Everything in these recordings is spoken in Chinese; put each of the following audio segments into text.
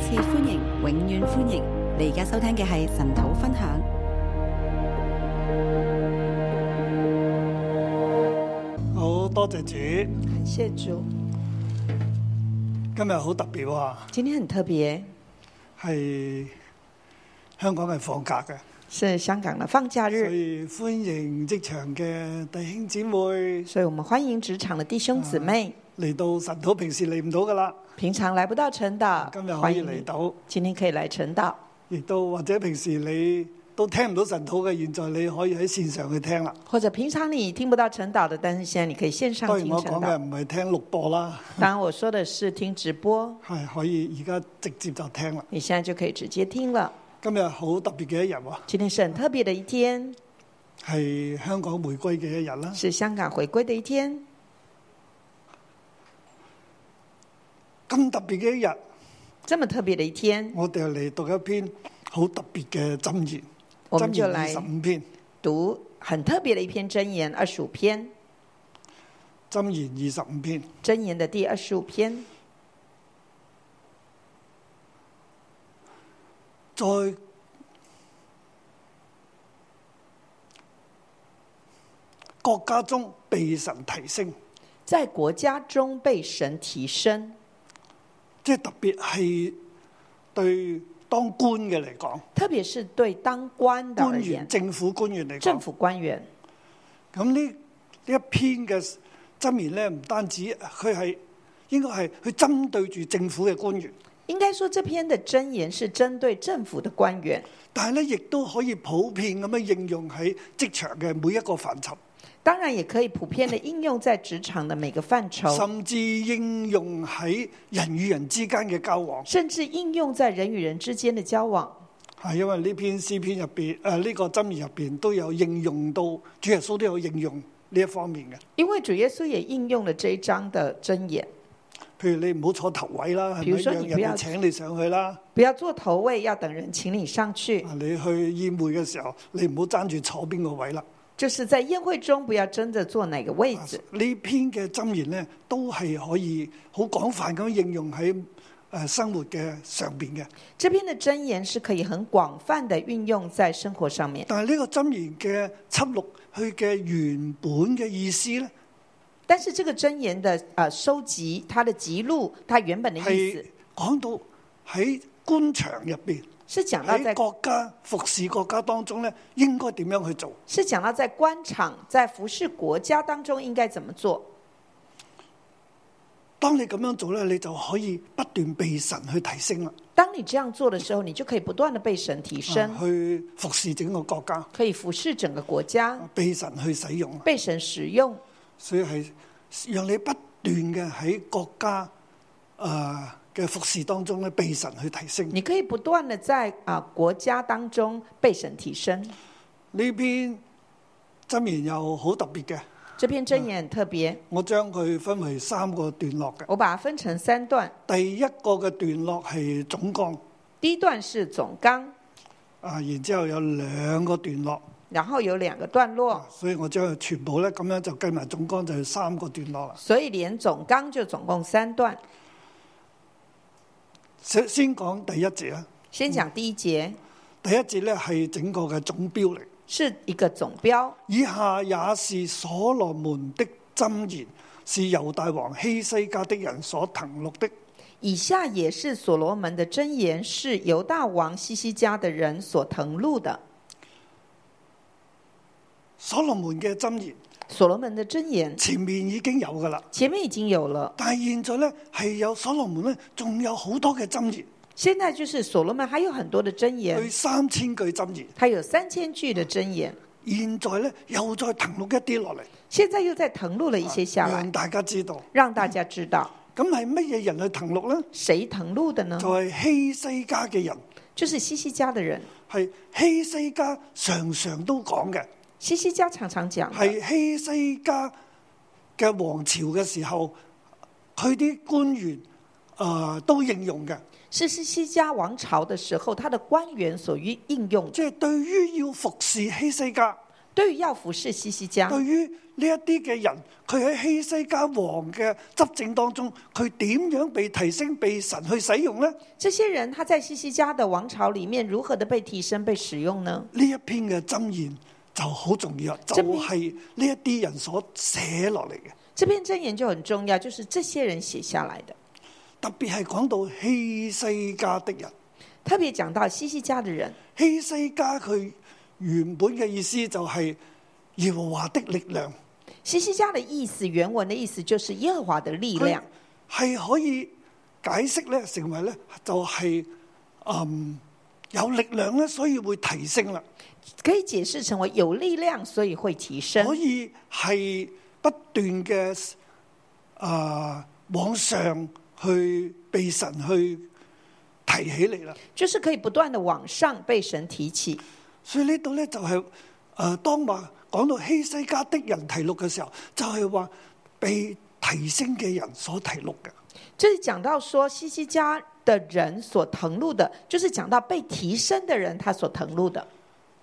次歡迎，永遠歡迎！你而家收聽嘅係神土分享。好多謝主，感谢主，今日好特別喎，今天很特别，係香港係放假嘅，是香港的放假所日，以歡迎職場嘅弟兄姊妹所以我们欢迎职场的弟兄姊妹，嚟到神土，平時嚟唔到噶啦，平常来不到晨岛今日，可欢以啊迎嚟你，到，今天可以来晨岛，亦都或者平時你都聽唔到神土嘅，現在你可以喺線上去聽啦。或者平常你聽不到晨岛的，但是現在你可以線上當然聽我晨講嘅岛。唔係聽錄播啦，當然我說的是聽直播，係可以而家直接就聽啦。你現在就可以直接聽了。今日好特別嘅一日喎，今天是很特別的一天，係香港回歸嘅一日啦。是香港回歸的一天，咁特別嘅一日，這麼特別的一天，我哋嚟讀一篇好特別嘅箴言。我們箴就言二來十五篇，讀很特別的一篇箴言二十五篇，箴言二十五篇，箴言的第二十五篇。在國家中被神提升，在国家中被神提升，即係特別係對當官嘅嚟講，特別是對當官的而官言員、，政府官員嚟政講，府官員。咁呢呢一篇嘅箴言咧，唔單止佢係應該係佢針對住政府嘅官員，應該說，這篇的箴言是針對政府的官員，但係咧亦都可以普遍咁樣應用喺職場嘅每一個範疇。當然也可以普遍的應用在職場的每個範疇，甚至應用喺人與人之間嘅交往，甚至應用在人與人之間的交往。係因為呢篇詩篇入邊，誒、呃呢、個箴言入邊都有應用到，主耶穌都有應用呢一方面嘅。因為主耶穌也應用了這一章的箴言，譬如你唔好坐頭位啦，係譬如咪說讓你人不要哋請你上去啦？不要坐頭位，要等人請你上去。啊你去宴會嘅時候，你唔好爭住坐邊個位啦。就是在宴會中，不要爭着坐哪個位啊置。呢篇嘅箴言呢，都係可以好廣泛咁應用喺誒生活嘅上邊嘅。這篇的箴言是可以很廣泛的運用在生活上面。但係呢個箴言嘅輯錄，佢嘅原本嘅意思呢。但是這個箴言的呃收集，它的集錄，它原本的意係思講到喺官場入邊，是講到喺在國家服侍國家當中咧，應該點樣去做？是講到在官場在服侍國家當中應該怎麼做。當你咁樣做咧，你就可以不斷被神去提升啦，當你這樣做的時候，你就可以不斷的被神提升啊，去服侍整個國家，可以服侍整個國家，被神去使用啦。被神使用，所以係讓你不斷嘅喺國家誒嘅服侍當中咧，被神去提升。你可以不斷的在啊、國家當中被神提升。呢篇箴言又好特別嘅，這篇箴言很特別，我將佢分為三個段落嘅。我把它分成三段。第一個嘅段落係總綱。第一段是總綱，啊，然之後有兩個段落，然後有兩個段落，所以我將佢全部咧咁樣就計埋總綱就係三個段落啦。所以連總綱就總共三段。先先講第一節啦，先講第一節。第一節咧係整個嘅總標嚟。是一個總標。以下也是所羅門的箴言，是猶大王希西家的人所騰錄的。以下也是所羅門的箴言，是猶大王西西家的人所誊錄的。所羅門嘅箴言所羅門的箴言前面已經有噶啦，前面已經有了，但係現在咧係有所羅門咧，仲有好多嘅箴言，現在就是所羅門還有很多的箴佢言，三千句箴言，他有三千句的箴言，現在咧又再騰錄一啲落嚟，現在又再誊錄了一些下來讓，大家知道。讓大家知道咁係乜嘢人去騰錄呢？誰誊錄的呢就？係、希西家嘅人，就是西西家的人。係希西家常常都講嘅，西西家常常講的，係希西家嘅王朝嘅時候，佢啲官員啊、呃都應用嘅，是西西家王朝的時候，他的官員所應應用的。即係對於要服侍希西家，对于要服侍西西家，對於呢一啲嘅人，佢喺希西家王嘅執政當中，佢點樣被提升、被神去使用呢？这些人他在西西家的王朝里面如何的被提升、被使用呢？呢一篇嘅箴言就好重要，就箴言係呢一啲人所寫落嚟嘅。这篇箴言就很重要，就是这些人写下来的。特別係講到希西家的人，特别讲到西西家的人，希西家佢原本嘅意思就係耶和華的力量，西西家的意思，原文的意思就是耶和华的力量，係可以解釋咧，成為咧就係、嗯有力量咧，所以會提升啦。可以解释成为有力量，所以会提可升，以係不斷嘅啊往上去被神去提起嚟啦。就是可以不断的往上被神提起。所以呢度咧就係、呃當話講到希西家的人提錄嘅時候，就係、話被提升嘅人所提錄嘅。这是讲到说西西家的人所腾露的，就是讲到被提升的人他所腾露的。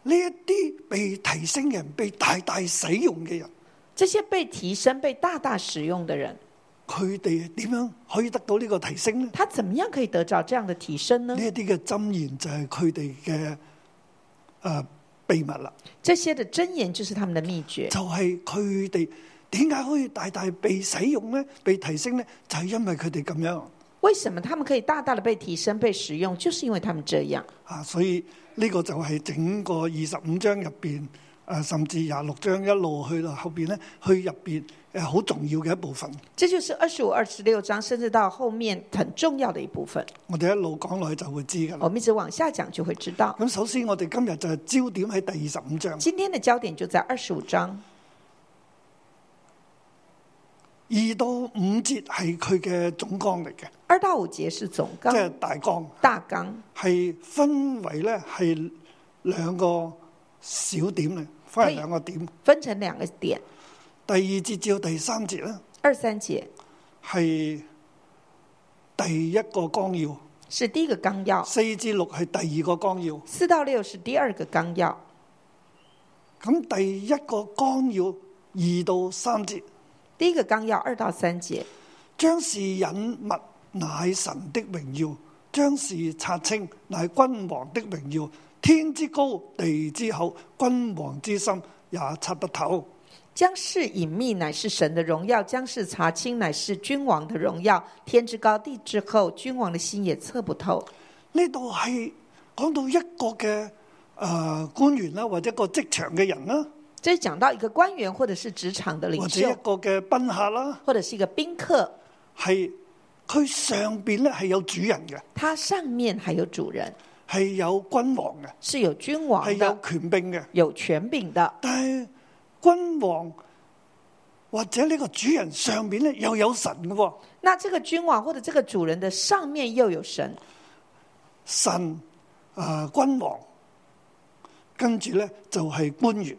呢一啲被提升嘅人，被大大使用嘅人，这些被提升、被大大使用的人，佢哋點樣可以得到呢個提升呢？他怎么样可以得到这样的提升呢呢？一啲嘅箴言就係佢哋嘅誒秘密啦。这些的真言就是他们的秘诀，就係佢哋點解可以大大被使用呢？被提升呢？就係因為佢哋咁樣为什么他们可以大大的被提升、被使用，就是因为他们这样。啊，所以呢個就係整個二十五章入邊誒，甚至廿六章一路去到後邊呢，去入邊誒好重要嘅一部分。这就是二十五、二十六章，甚至到后面很重要的一部分。我哋一路講落去就會知噶啦。我们一直往下讲就会知道。咁首先我哋今日就係焦點喺第二十五章，今天的焦点就在二十五章，二到五節係佢嘅總綱嚟嘅，二到五节是总纲即係大綱，大纲，係分為呢係兩個小點嚟，分為兩個點。分成两个点，第二節至到第三節咧，二三节係第一個綱要；是第一个纲要，四至六係第二個綱要。四到六是第二个纲要，咁第一個綱要二到三節，第一个纲要二到三节，將是隱密乃神的榮耀，將是察清乃君王的榮耀。天之高，地之厚，君王之心也測不透。将是隐秘乃是神的荣耀，将是查清乃是君王的荣耀。天之高，地之厚，君王的心也测不透。呢度係講到一個嘅诶、呃官員啦，或者一個職場嘅人啦，这是讲到一个官员或者是职场的或领者一袖，個嘅賓客啦。或者是一个宾客，係佢上邊咧係有主人嘅，它上面还有主人，係有君王嘅，是有君係王的有，權柄嘅。有权柄的。但係君王或者呢個主人上邊咧又有神嘅喎，那这个君王或者这个主人的上面又有神，神啊、呃君王，跟住咧就係官員。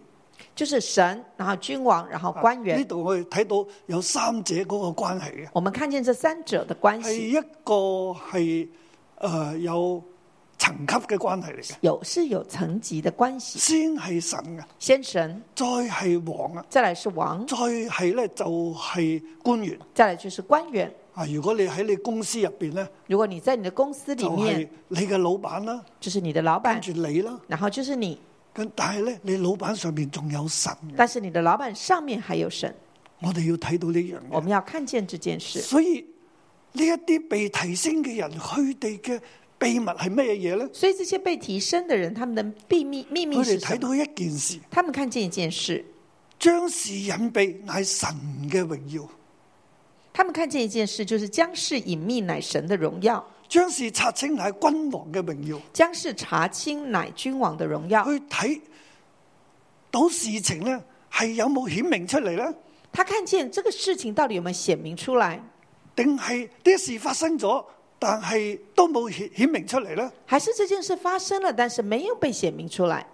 就是神，然后君王，然后官呢员。度我哋睇到有三者嗰個關係嘅，我们看见这三者的关係系，一個係誒、呃有層級嘅關係嚟嘅，有是有层级的关系，先係神嘅，先神，再係王啊。再来是王，再係咧就係官員再来就是官员。啊！如果你喺你公司入邊咧，如果你在你的公司里就係、面，你嘅老闆啦，就是你的老跟板，住你啦，然后就是你，咁但係咧，你老闆上面仲有神嘅，但是你的老板上面还有神。我哋要睇到呢樣我嘢。们要看见这件事。所以呢一啲被提升嘅人，佢哋嘅秘密係咩嘢咧？所以这些被提升的人，他们的秘密秘密佢哋是睇什么？到一件事，他们看见一件事，將是隱秘乃神嘅榮耀，他们看见一件事，就是将是隐秘乃神的荣耀，將是察清乃君王嘅榮耀。将是查清乃君王的荣耀。去睇到事情咧，係有冇顯明出嚟咧？他看见这个事情到底有没有显明出来，定係啲事發生咗，但係都冇顯顯明出嚟咧？还是这件事发生了，但是没有被显明出来？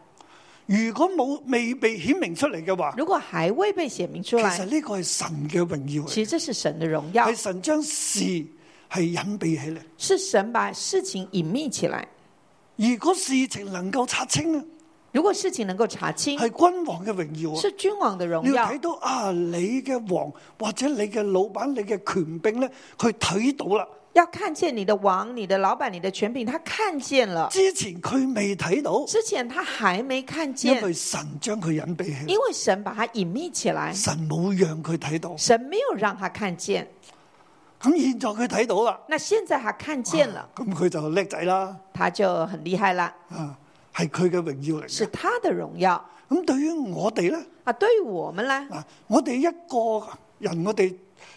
如果冇未被顯明出嚟嘅話，如果还未被显明出其實来，呢個係神嘅榮耀嚟，其实这是神的荣耀係，神將事係隱蔽起嚟。是神把事情隐秘起来。如果事情能夠察清咧，如果事情能够查清，係君王嘅榮耀啊！是君王的荣你要耀睇。到啊，你嘅王或者你嘅老闆、你嘅權柄咧，佢睇到啦。要看见你的王、你的老板、你的权柄，他看见了，之前佢未睇到，之前他还没看因见，為神將佢隱蔽起因為神把他隐秘起来來，，神冇讓佢睇到。神没有让他看见。咁現在佢睇到啦，那现在他看见了，咁佢就叻仔啦，他就很厉害啦，啊，係佢嘅榮耀嚟是嘅。他的荣耀咁對於我哋咧，啊。对于我们呢，嗱，我哋一個人，我哋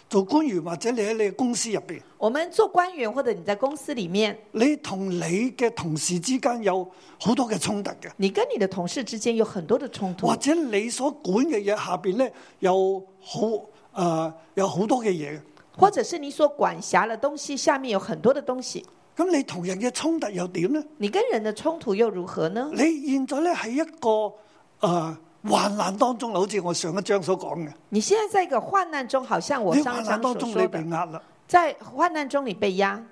做官員或者你喺你嘅公司入边，我们做官员或者你在公司里面，你同你嘅同事之間有好多嘅衝突嘅。你跟你的同事之间有很多的冲突或，者你所管嘅嘢下边咧有好诶、呃有好多嘅嘢嘅，或者是你所管辖的东西下面有很多的东西，咁你同人嘅衝突又點咧？你跟人的冲突又如何呢？你現在咧喺一個诶、呃、患難當中啦，好似我上一章所講嘅，你现在在一个患难中，好像我你上患章難當所中说你被的，壓啦，在患难中你被压，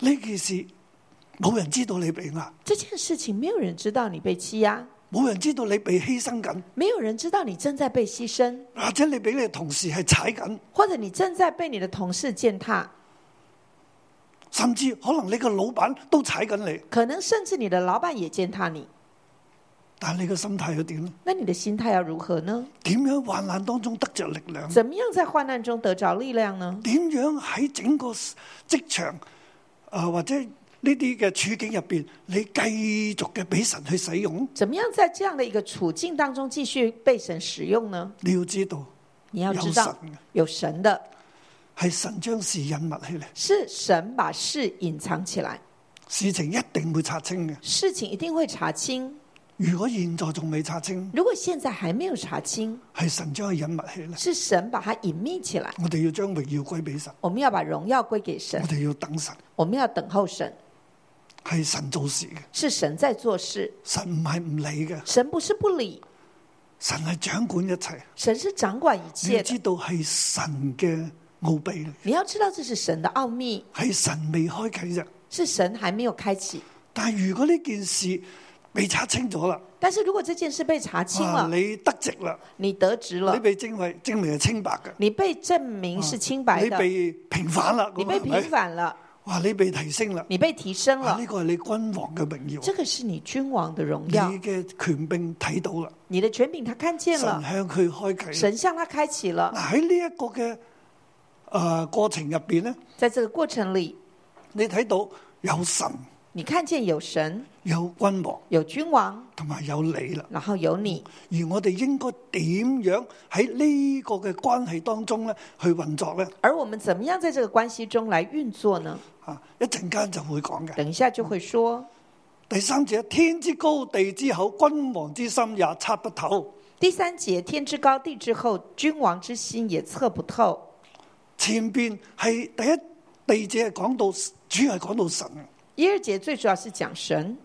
呢件事冇人知道你被壓，这件事情没有人知道你被欺压，冇人知道你被犧牲緊，没有人知道你正在被牺牲，或者你俾你同事係踩緊，或者你正在被你的同事践踏，甚至可能你個老闆都踩緊你，可能甚至你的老板也践踏你。但係你個心態又點咧？那你的心态要如何呢？點樣患難當中得着力量？怎么样在患难中得着力量呢？點樣喺整個職場啊、或者呢啲嘅處境入邊，你繼續嘅俾神去使用？怎么样在这样的一个处境当中继续被神使用呢？你要知道你要知有道神的，有神的係神將事隱密起嚟，是神把事隐藏起来，事情一定會查清嘅。事情一定会查清。如果現在仲未查清，如果現在还没有查清，係神將佢隱密起嚟。是神把它隐秘起来。我哋要將榮耀歸俾神，我们要把荣耀归给神我，哋要等神，我们要等候神，係神做事嘅，是神在做事，神唔係唔理嘅，神不是不理，神係掌管一切。神是掌管一你切要的。知道係神嘅奧秘嚟，你要知道这是神的奥秘，係神未開啟啫。是神还没有开启。但係如果呢件事被查清咗啦。但是如果这件事被查清啊了，你得直啦，你得直了你，被證為證明係清白嘅，你被证明是清白啊你的，被平反啦，咁你啊被係咪平反了，哇，你被提升啦，你被提升哇了呢，個係啊你君王嘅榮这耀，个是你君王的荣耀你，嘅權柄睇到啦，你的权柄他看见神啊了，向佢開啟啦。神向他开启了。嗱喺呢一個嘅诶过程入边咧，在这个过程里，你睇到有神、你看见有神，有君王有君王，同埋有你啦，然后有你。而我哋應該點樣喺呢個嘅關係當中咧去運作咧？而我们怎么样在这个关系中来运作呢？啊，一陣間就會講嘅。等一下就会说，第三節，天之高，地之厚，君王之心也測不透。第三节，天之高，地之厚，君王之心也测不透。前邊係第一地者係講到，主要係講到神，一二节最主要是讲神，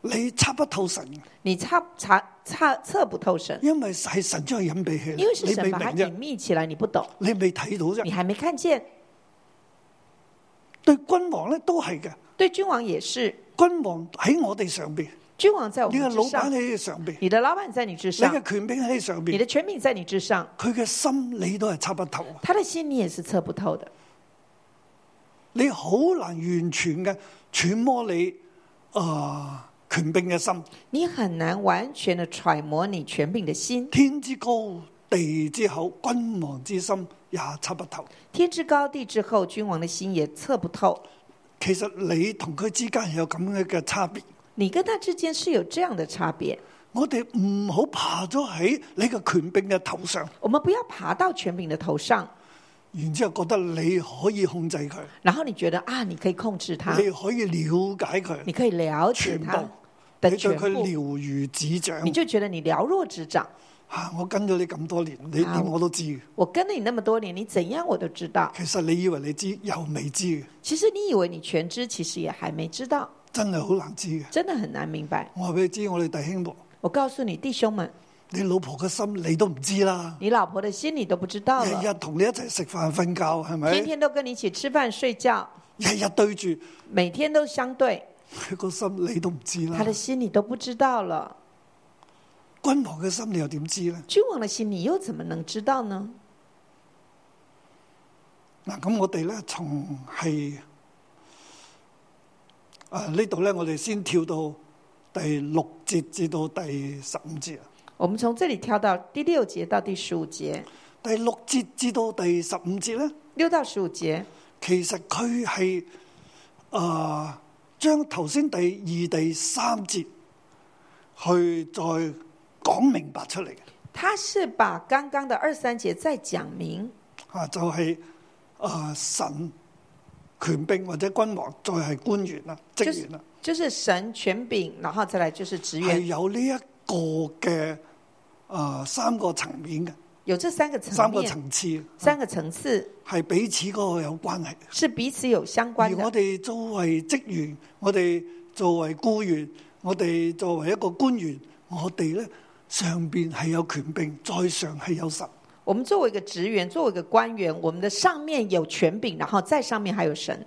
你測不透神，你查查查测不透神，因為係神將佢隱蔽起嚟，因为是你神未把它明隐啫，秘起来，你不懂，你未睇到你啫。还没看见。對君王咧都係嘅，对君王也是，君王喺我哋上邊，君王在我你嘅们老闆之上，喺你上邊，你的老板在你之你上，嘅權柄喺你上你邊，的权柄在你之上，佢嘅心你都係測不透，他的心你也是测不透的。你好難完全嘅揣摩你啊、呃、權柄嘅心。你很难完全的揣摩你权柄的心。天之高，地之厚，君王之心也測不透。天之高，地之厚，君王的心也测不透。其實你同佢之間係有咁樣嘅差別。你跟他之间是有这样的差别。我哋唔好爬咗喺你嘅權柄嘅頭上，我们不要爬到权柄的头上，然之后觉得你可以控制佢，然后你觉得啊，你可以控制他，你可以了解佢，你可以了解全他部的你全對佢部，了如指掌。你就觉得你了若指掌。啊，我跟咗你咁多年，你啊點我都知嘅。我跟了你那么多年，你怎样我都知道。其實你以為你知，又未知嘅，其实你以为你全知，其实也还没知道，真係好難知嘅。真的很难明白。我話俾你知，我哋弟兄們，我告诉你，弟兄们，你老婆嘅心你都唔知啦，你老婆的心你都不知道日了，日同你一齊食飯瞓覺係咪？天天都跟你一起吃饭睡觉，日日對住，每天都相对，佢個心你都唔知啦他。的心你都不知道了。君王嘅心你又點知呢？君王的心你又怎么能知道呢？嗱，咁我哋咧從係啊呢度咧，我哋先跳到第六節至到第十五節啊。我们从这里跳到第六节到第十五节，第六節至到第十五節咧，六到十五节，其實佢係啊將頭先第二、第三節去再講明白出嚟嘅他是把刚刚的二三节再讲明，啊，就係、啊神權柄或者君王再係官員啦、就職員是啦。就是神权柄，然后再来就是係职员，有呢一個嘅啊、三個層面嘅有这三个层面，三個層次，三个層次係彼此嗰個有關係。是彼此有相而关我的。哋作為職員，我哋作為僱員，我哋作為一個官員，我哋咧上邊係有權柄，再上係有神。我们作为一个职员，作为一个官员，我们的上面有权柄，然后在上面还有神。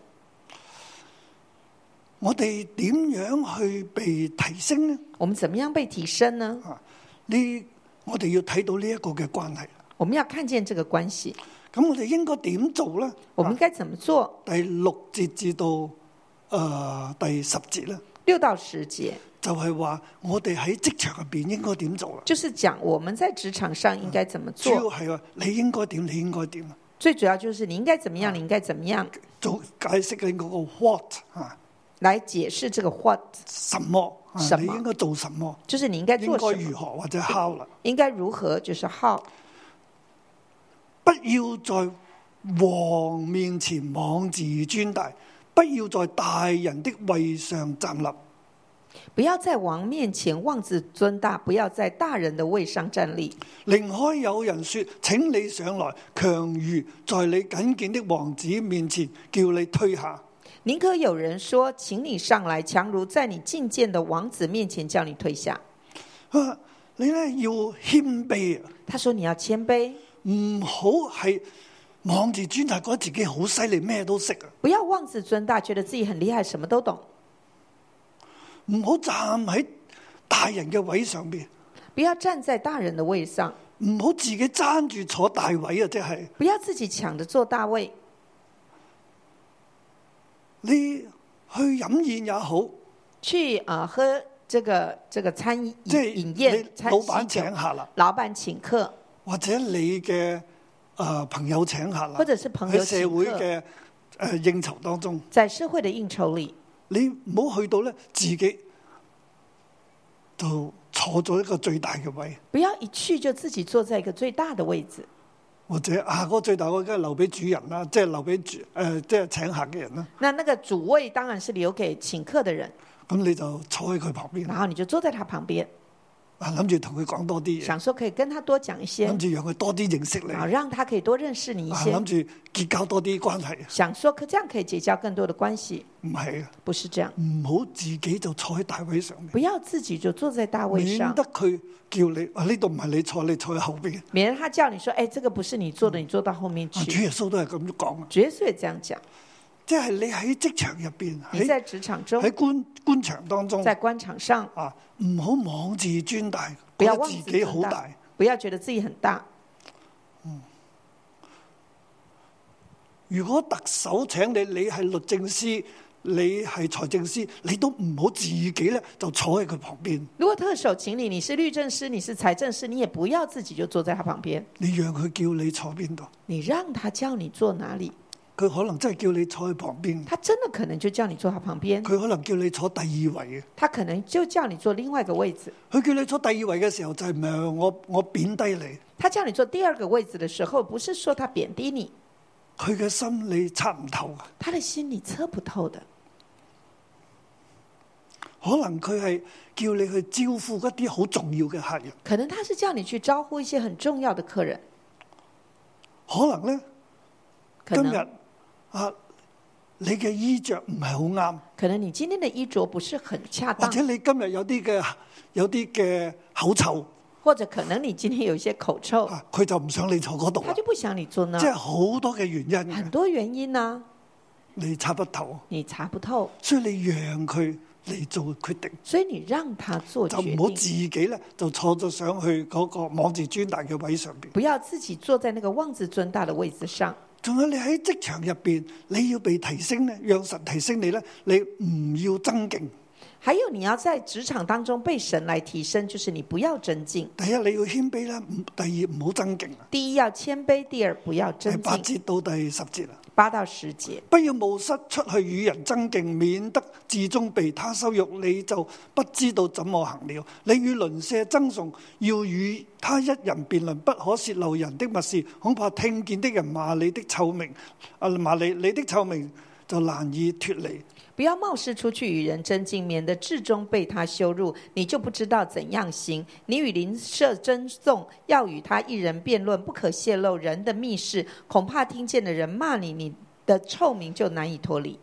我哋點樣去被提升呢？我们怎么样被提升呢？啊，呢我哋要睇到呢一個嘅關係。我们要看见这个关系，咁我哋應該點做咧？我们啊该怎么做？第六節至到誒、呃第十節咧。六到十节就係話我哋喺職場入邊應該點做啦。就是讲我们在职场上应该怎么嗯主要做，係話你應該點，你應該點啊。最主要就是你应该怎么样，你应该怎么样做解釋緊嗰個 what 啊，来解释这个 what，什麼啊？什麼你應該做什麼？就是你应该應做該什如么，何或者 how 啦？应该如何，就是好，不要在王面前妄自尊大，不要在大人的位上站立。不要在王面前妄自尊大，不要在大人的位上站立。另開有人說：請你上來，強如在你僅見的王子面前，叫你退下。宁可有人说，请你上来，强如在你觐见的王子面前叫你退下。佢話啊你呢要謙卑啊！他说你要谦卑，唔好係妄自尊大，覺得自己好犀利，咩都識啊！不要妄自尊大，觉得自己很厉害，什么都懂。唔好站喺大人嘅位上边，不要站在大人的位上，唔好自己爭住坐大位啊！即係不要自己抢着做大位。你去飲宴也好，去啊、呃喝这个这个餐饮即係饮你宴，餐老啊闆喜酒請客啦，老板请客，或者你嘅诶、呃朋友請客啦或，者是朋喺友社请會客，嘅诶应酬當中，在社会的应酬里，你唔好去到咧自己就坐咗一個最大嘅位，不要一去就自己坐在一个最大的位置，或者啊，嗰、個最大嗰梗係留俾主人啦，即係留俾主誒、呃即係請客嘅人啦。那那个主位当然是留给请客的人，咁你就坐喺佢旁邊，然后你就坐在他旁边。啊諗住同佢講多啲嘢，想说可以跟他多讲一些諗，住讓佢多啲認識你，啊，啊让他可以多认识你一些諗。住結交多啲關係。啊想说可这样可以结交更多的关系，唔係啊，不是这样，唔好自己就坐喺大位上面，不要自己就坐在大位免上，得佢叫你啊呢度唔係你坐，你坐喺後邊。啊免得他叫你说，哎，这个不是你做的，你坐到后面啊，主去。耶穌都係咁講啊，爵士也这样讲，即係你喺職場入邊，你在喺职场中，喺官官場當中在官场上，啊，唔好妄自尊大，不覺要得妄自自己好尊大大。，不要觉得自己很大。如果特首請你，你係律政司，你係財政司，你都唔好自己咧就坐喺佢旁邊，如果特首请你，你是律政司，你是财政司，你也不要自己就坐在他旁边，你讓佢叫你坐邊度，你让他叫你坐哪里，佢可能真係叫你坐喺旁邊，他真的可能就叫你坐他旁边，佢可能叫你坐第二位嘅。他可能就叫你坐另外一个位置。佢叫你坐第二位嘅時候，就係唔係我我貶低你，他叫你坐第二个位置的时候，不是说他贬低你，佢嘅心你測唔透啊。他的心里测不透的。可能佢係叫你去招呼一啲好重要嘅客人，可能他是叫你去招呼一些很重要的客人，可能咧可今日能啊你嘅衣着唔係好啱。可能你今天的衣着不是很恰或当，者你今日有啲嘅有啲嘅口臭或者可能你今天有一些口臭，啊，佢就唔想你坐嗰度他啦哦就不想你坐那即。係好多嘅原因很嘅，多原因呢、你插不透，你查不透，所以你讓佢嚟做決定，所以你让他做就决唔好定自，己咧就坐咗上去嗰個妄自尊大嘅位上邊。不要自己坐在那个妄自尊大的位置上。仲有你喺職場入邊，你要被提升咧，讓神提升你咧，你唔要增勁。还有，你要在职场当中被神来提升，就是你不要增进。第一你要謙卑啦，唔第二唔好增勁啦。第一要谦卑，第二不要第增八进。節到第十節啦。八到十节，不要冒失出去與人爭競，免得至終被他羞辱，你就不知道怎麼行了。你與鄰舍爭訟，要與他一人辯論，不可泄漏人的密事，恐怕聽見的人罵你的臭名，啊罵你，你的臭名就難以脱離。不要冒失出去与人争竞，免得至终被他羞辱，你就不知道怎样行。你与邻舍争讼，要与他一人辩论，不可泄露人的密事，恐怕听见的人骂你，你的臭名就难以脱离。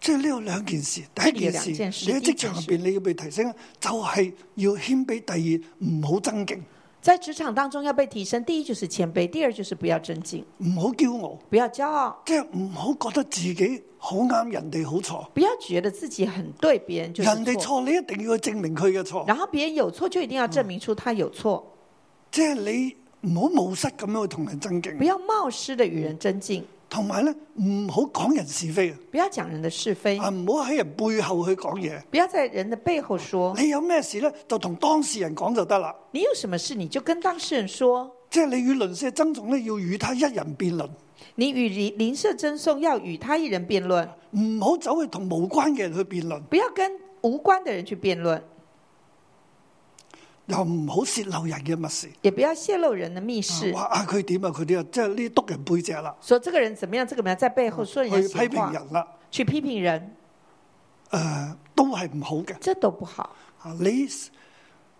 即係呢有兩件事，第一件呢事，有兩件事你喺職場入邊你要被提升，就係、要謙卑；第二唔好爭競，在职场当中要被提升，第一就是谦卑，第二就是不要增进，唔好驕傲，不要骄傲，即係唔好覺得自己好啱，人哋好錯。不要觉得自己很对，别人就是人哋錯，你一定要去證明佢嘅錯，然后别人有错就一定要证明出他有错，即係你唔好冒失咁樣去同人爭不競，要冒失的与人争竞，同埋咧唔好講人是非啊，不要讲人的是非，啊唔好喺人背後去講嘢。不要在人的背后说。你有咩事咧，就同當事人講就得啦。你有什么事，你就跟当事人说。即係你與鄰舍爭訟咧，要與他一人辯論，你与邻邻舍争讼，要与他一人辩论，唔好走去同無關嘅人去辯論，不要跟无关的人去辩论，又唔好泄漏人嘅密事。也不要泄露人的密事話，啊佢點啊佢點啊，即係呢督人背脊啦，说这个人怎么样，这个人在背后说啊去人家批闲话評，人啦，去批评人，誒、都係唔好嘅。这都不好。啊，你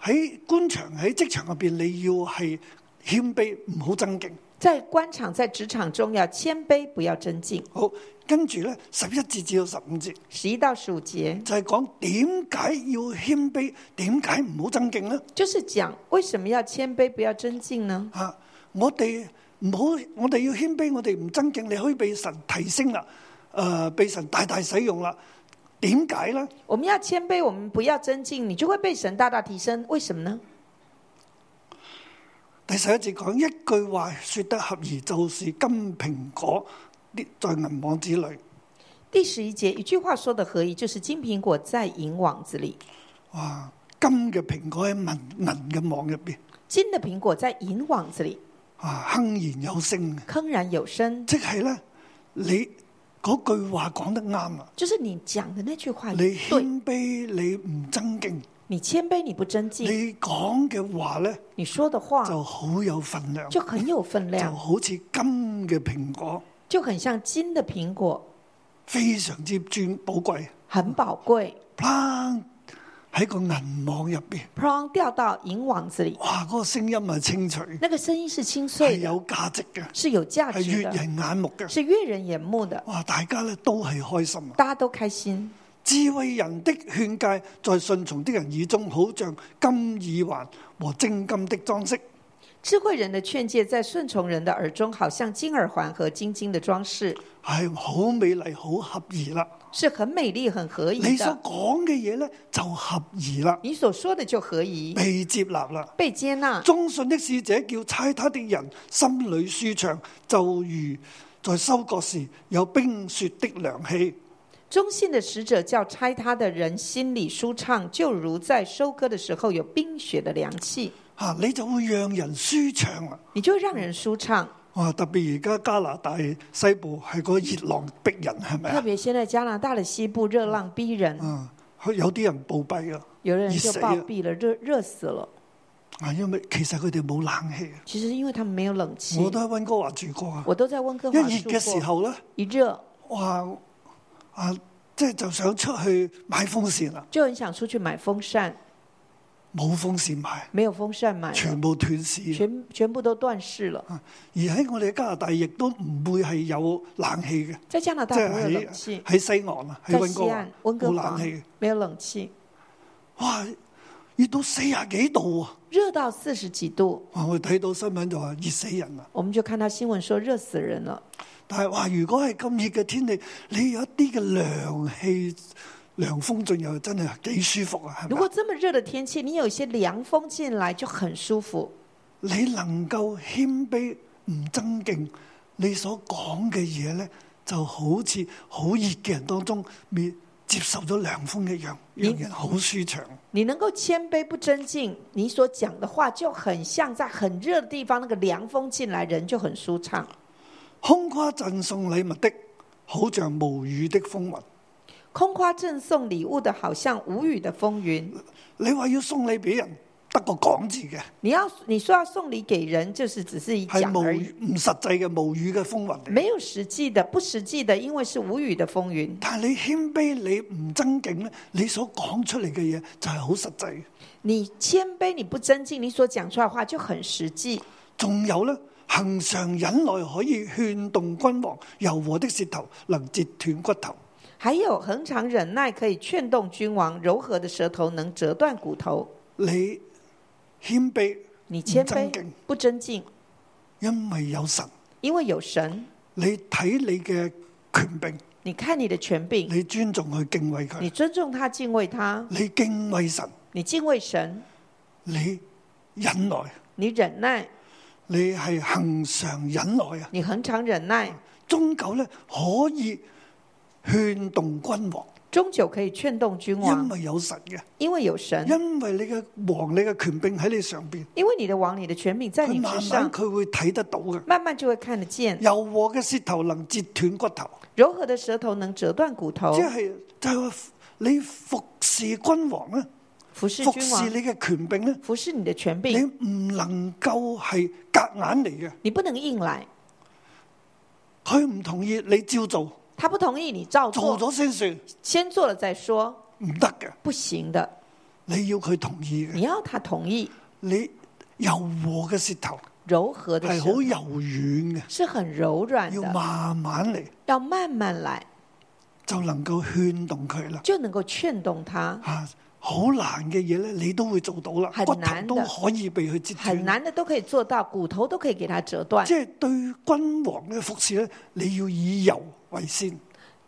喺官場喺職場入邊，你要係謙卑，唔好增勁。在官场、在职场中要谦卑，不要增进。好，跟住咧十一節至到十五節十一到十五节就係講點解要謙卑，點解唔好增勁咧？就是讲为什么要谦卑，不要增进呢？啊，我哋唔好，我哋要謙卑，我哋唔增勁，你可以被神提升啦，誒、被神大大使用啦。點解咧？我们要谦卑，我们不要增进，你就会被神大大提升。为什么呢？第十一節講一句話說得合宜，就是金蘋果跌在銀網子裏。第十一节一句话说的合一，就是金苹果在银网子里，哇！金嘅蘋果喺銀銀嘅網入邊金的苹果在银网子里啊，铿然有聲嘅，铿然有声。即係咧，你嗰句話講得啱啦。就是你讲的那句话你对，謙卑，你唔爭競，你谦卑，你不增进，你講嘅話咧你说的话就好有分量，就就很有分啊量，好似金嘅蘋果，就很像金的蘋果，非常之尊寶貴。很宝贵。砰！喺個銀網入邊，砰掉到银網子里，哇！嗰、個聲音係清脆，那个声音是清係脆的，有價值嘅，是有价係值悦的，人眼目嘅。是悦人眼目的，哇！大家咧都係開心啊！大家都开心。智慧人的勸戒，在順從的人耳中，好像金耳環和精金的裝飾。智慧人的劝诫在顺从人的耳中，好像金耳环和金金的装饰，係哎好美麗，好合宜啦！是很美丽、很合你宜所的。講嘅嘢呢，就合宜啦，你所说的就合宜，被接納啦。被接纳。忠信的使者叫猜他的人心裏舒暢，就如在收割時有冰雪的涼氣。忠信的使者叫拆他的人心里舒畅，就如在收割的时候有冰雪的凉气，吓、啊你就會讓人舒暢啦。你就让人舒畅。哇！特別而家加拿大西部係個熱浪逼人，係咪特啊？别现在加拿大的西部热浪逼人，嗯，佢有啲人暴斃啊。有的人热就死暴了毙了，热热死了。啊，因為其實佢哋冇冷氣啊，其实因为他们没有冷气，我都喺温哥華住過啊。我都在温哥一华熱住嘅時过。候咧，一热哇啊，即係就想出去買風扇啦，就很想出去买风扇，冇風扇買，没有风扇买了，全部斷市。全全部都断市了。啊而喺我哋加拿大，亦都唔會係有冷氣嘅，在加拿大即没係有冷喺气，喺西岸啊，喺在温西哥岸華温哥冇华冷氣嘅。没有冷气，哇，熱到四十幾度啊！热到四十几度，哇我睇到新聞就話熱死人啦。我们就看到新闻说热死人了。但係哇，如果係咁熱嘅天氣，你有一啲嘅涼氣涼風進入，真係幾舒服啊！係如咪果啊？这么热的天气，你有一些凉风进来就很舒服。你能夠謙卑唔爭競，你所講嘅嘢呢，就好似好熱嘅人當中，面接受咗涼風一樣，讓人好舒暢。你能够谦卑不增进，你所讲的话就很像在很热的地方，那个凉风进来，人就很舒畅。空夸贈送禮物的，好像無雨的風雲。空夸赠送礼物的，好像无雨的风云。你話要送禮俾人，得個講字嘅，你要你说要送礼给人，就是只是一係讲無而已，唔實際嘅無雨嘅風雲嚟。没有实际的、不实际的，因为是无雨的风云。但係你謙卑，你唔增勁咧，你所講出嚟嘅嘢就係好實際。你谦卑，你不增进，你所讲出来的话就很实际。仲有咧，恒常忍耐可以勸動君王，柔和的舌頭能折斷骨頭。还有恒常忍耐可以劝动君王，柔和的舌头能折断骨头。你謙卑，你谦不增卑进，不增进，因為有神，因为有神。你睇你嘅權柄，你看你的权柄，你尊重佢，敬畏佢你，尊重他，敬畏他，你敬畏神，你敬畏神，你忍耐，你忍耐，你係恒常忍耐啊！你恒常忍耐，終究咧可以勸動君王，终究可以劝动君因王，為有神嘅。因为有神，因為你嘅王，你嘅權柄喺你上边，因为你的王，你的权柄佢在你慢之慢上，佢會睇得到嘅。慢慢就会看得见。柔和嘅舌頭能折斷骨頭，柔和的舌头能折断骨头即。係就係話你服侍君王咧，服侍服君侍王，你嘅權柄咧，服侍你的权你柄，唔能夠係隔硬嚟嘅。你不能硬来。佢唔同意你照做，他不同意你照做做，咗先算，先做了再说，唔得嘅。不行的。你要佢同意嘅。你要他同意，你柔和嘅舌頭柔和的係好舌柔軟嘅，是很柔软要的，慢慢嚟要慢慢来，就能夠勸動佢啦。就能够劝动他。啊，好難嘅嘢咧，你都會做到啦，係骨難頭嘅都可以被佢折很斷。难的都可以做到，骨头都可以给他折断即。係對君王嘅服侍咧，你要以柔為先。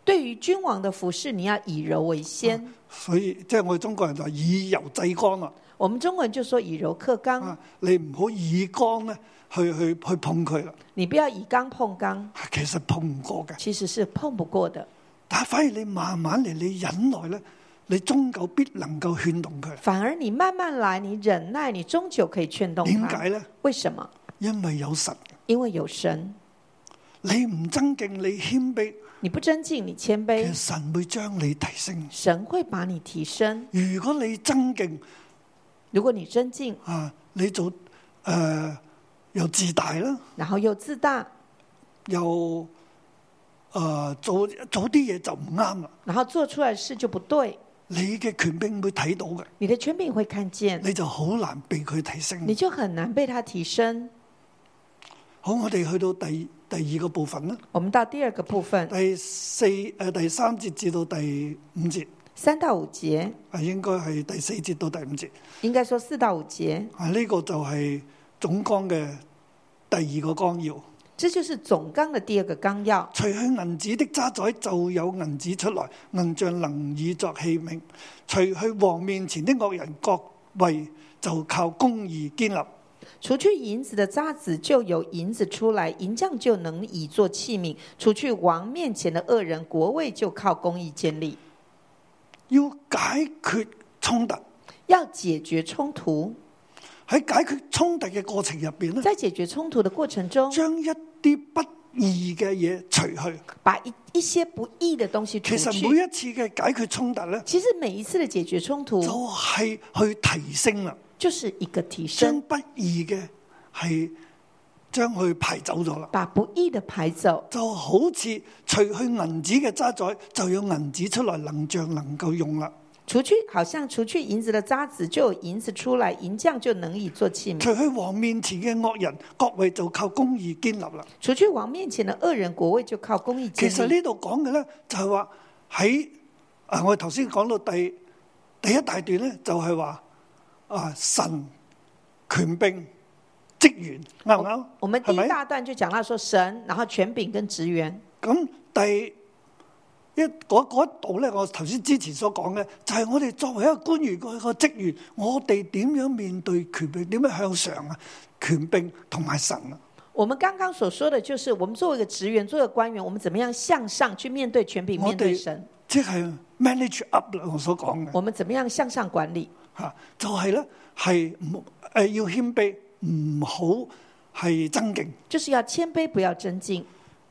对于君王的服饰，你要以柔为先。所以即係我哋中國人就話以柔制剛啦。我们中国人就说以柔克刚啊，，你唔好以剛咧去去去碰佢啦，啊你不要以刚碰刚，其實碰唔過嘅。其实是碰不过的。但係反而你慢慢嚟，你忍耐咧，你終究必能夠勸動佢。反而你慢慢来，你忍耐，你终究可以劝动點他解。咧？为什么？因為有神，因为有神。你唔增敬，你謙卑，你不增进，你谦其實卑，神會將你提升。神会把你提升。如果你增敬如果你增进，啊，你做诶、呃又自大啦。然后又自大，又诶、呃做做啲嘢就唔啱啦。然后做出来的事就不对，你嘅權柄會睇到嘅，你的权柄会看见，你就好難被佢提升你。就很难被他提升。好，我哋去到第第二個部分啦，我们到第二个部分，第四诶、呃第三節至到第五節，三到五节，啊應該係第四節到第五節。应该说四到五节，啊呢、個就係總纲嘅第二個纲要。这就是总纲的第二个纲要。除去銀子的渣滓，就有銀子出來；銀像能以作器皿。除去王面前的惡人，各位就靠公義建立。除去银子的渣子，就有银子出来；银匠就能以做器皿。除去王面前的恶人，国位就靠公义建立。要解決衝突。要解决冲突，喺解決衝突嘅過程入邊咧，在解决冲突的过程中，將一啲不義嘅嘢除去。把一一些不义的东西除其實去。每一次嘅解決衝突咧，其实每一次的解决冲就突，係去提升啦，就是一个提將升，不義嘅係將佢排走咗啦。把不义的排走，就好似除去銀子嘅渣滓，就有銀子出來，能像能夠用啦。除去好像除去银子的渣子，就有银子出来，银匠就能以做器皿。除去王面前嘅惡人，各位就靠公義建立啦。除去王面前的恶人，国位就靠公义其建實立。呢度講嘅咧，就係話喺啊，我哋頭先講到第第一大段咧，就係話啊神權柄職員啱唔啱？我们第係咪一大段就讲到说神，然后权柄跟职员。咁第一嗰嗰一度咧，我頭先之前所講嘅，就係、我哋作為一個官員個個職員，我哋點樣面對權柄，點樣向上啊？權柄同埋神啊！我们刚刚所说的就是，我们作为一个职员，作为官员，我们怎么样向上去面对权柄，我面对哋神，即係 manage up 啦，我所講嘅我们怎么样向上管理。嚇，就係咧係唔誒要謙卑，唔好係爭競，就是要谦卑，不要增进，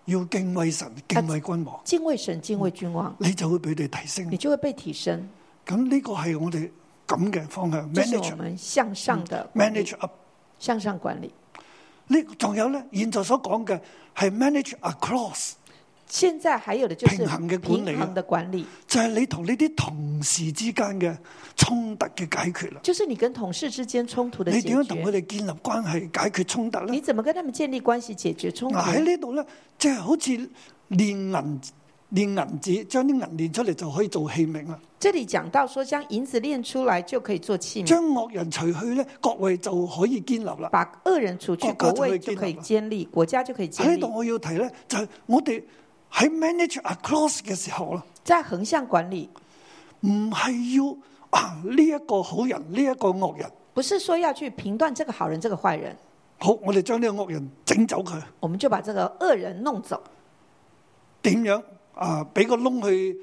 要敬畏神，敬畏君王，敬畏神，敬畏君王，你就會俾你提升你。就会被提升。咁呢個係我哋咁嘅方向这是我，manage 们向上的管理嗯 manage up。向上管理。呢仲有咧，現在所講嘅係 manage across，现在还有的就是平衡嘅管理啊平衡的管理，就係你同呢啲同事之間嘅衝突嘅解決啦。就是你跟同事之间冲突的你解點樣同佢决，哋建立關係、解決衝突你咧？怎么跟他们建立关系，解决冲突嗱？喺呢度咧，即係好似練銀練銀紙，將啲銀練出嚟就可以做器皿啦。这里讲到说，将银子炼出来就可以做器皿，將惡人除去咧，國位就可以建立啦。把恶人除去，国国家位就可以就可以建立了建立，国家就可以喺建呢立度。我要提咧，就係我哋喺 manage across 嘅時候啦，在横向管理，唔係要啊呢一個好人，呢、一個惡人。不是说要去评断这个好人这个坏人，好，我哋將呢個惡人整走佢，我们就把这个恶人弄走，點樣啊？俾個窿去，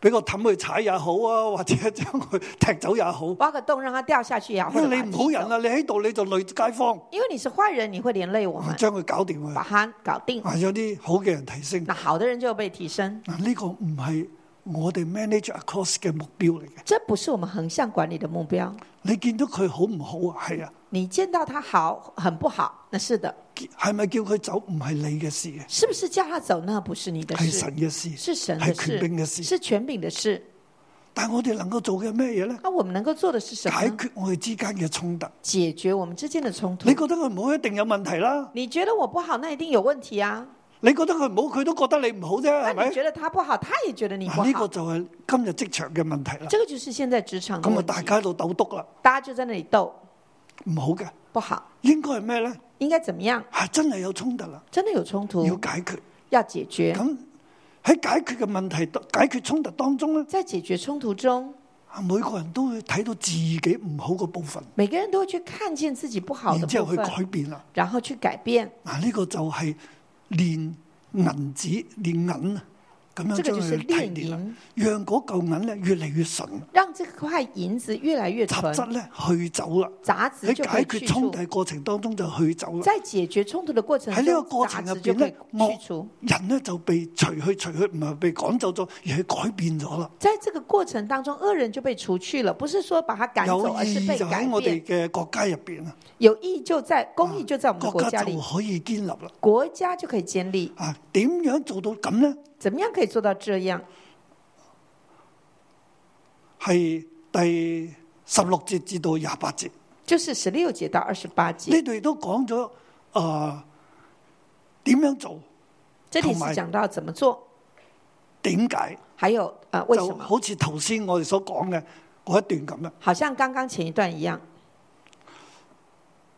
俾個氹去踩也好啊，或者將佢踢走也好。挖个洞让他掉下去呀，或因者為把你他唔好踢人走。啦，你喺度你就累街坊，因为你是坏人，你会连累我们，將佢搞掂佢把。他搞定。啊，有啲好嘅人提升。那好的人就被提升，嗱，呢個唔係我哋 manage across 嘅目標嚟嘅。这不是我们横向管理的目标。你見到佢好唔好啊？係啊，你见到他好很不好，那是的，係咪叫佢走唔係你嘅事嘅，是不是叫他走那不是你的係事神，嘅事，是哎神的係權柄嘅事，事。是权柄的事。但我哋能夠做嘅咩嘢咧？那我们能够做的是什么解呢？決我哋之間嘅衝突。解決我们之间的冲突你。覺得佢唔好一定有問題啦，你觉得我不好，那一定有问题啊。你覺得佢唔好，佢都覺得你唔好啫，那係咪啊你？觉得他不好，他也觉得你不嗱，呢個好。就係今日職場嘅問題啦。这个就是现在职场的咁啊，问题大，家喺度鬥督啦，大家就在那里斗，唔好嘅，不好，應該係咩咧？应该怎么样？係真係有衝突啦，真的有冲要突，解決。要解决。咁喺解決嘅問題、解決衝突當中咧，在解决冲突中，啊每個人都會睇到自己唔好嘅部分，每个人都会去看见自己不好的然之部後去分，改變啦。然后去改变。嗱，呢個就係練銀紙、練銀啊，咁樣这个將就是佢提炼煉啦，银，讓嗰嚿銀咧越嚟越純，让这块银子越来越雜纯，質咧去走啦。杂质喺就可解以決去衝除突。嘅過程當中就去走啦。在解决冲突的过程喺呢個過中，杂程入质就邊可以咧，去惡除。人咧就被除去，除去唔係被趕走咗，而係改變咗啦。在这个过程当中，恶人就被除去了，不是说把他赶有走，而是意被義就改喺我哋变。嘅國家入邊啊，有意就在公益就在我们的国國家啊家里就，可以建立啦。国家就可以建立。啊，點樣做到咁呢？怎么样可以做到这样？係第十六節至到廿八節，就是十六节到二十八节呢，度亦都講咗啊點樣做，这里同埋是讲到怎么做，點解，还有呃为什就么，好似頭先我哋所講嘅嗰一段咁啦。好像刚刚前一段一样。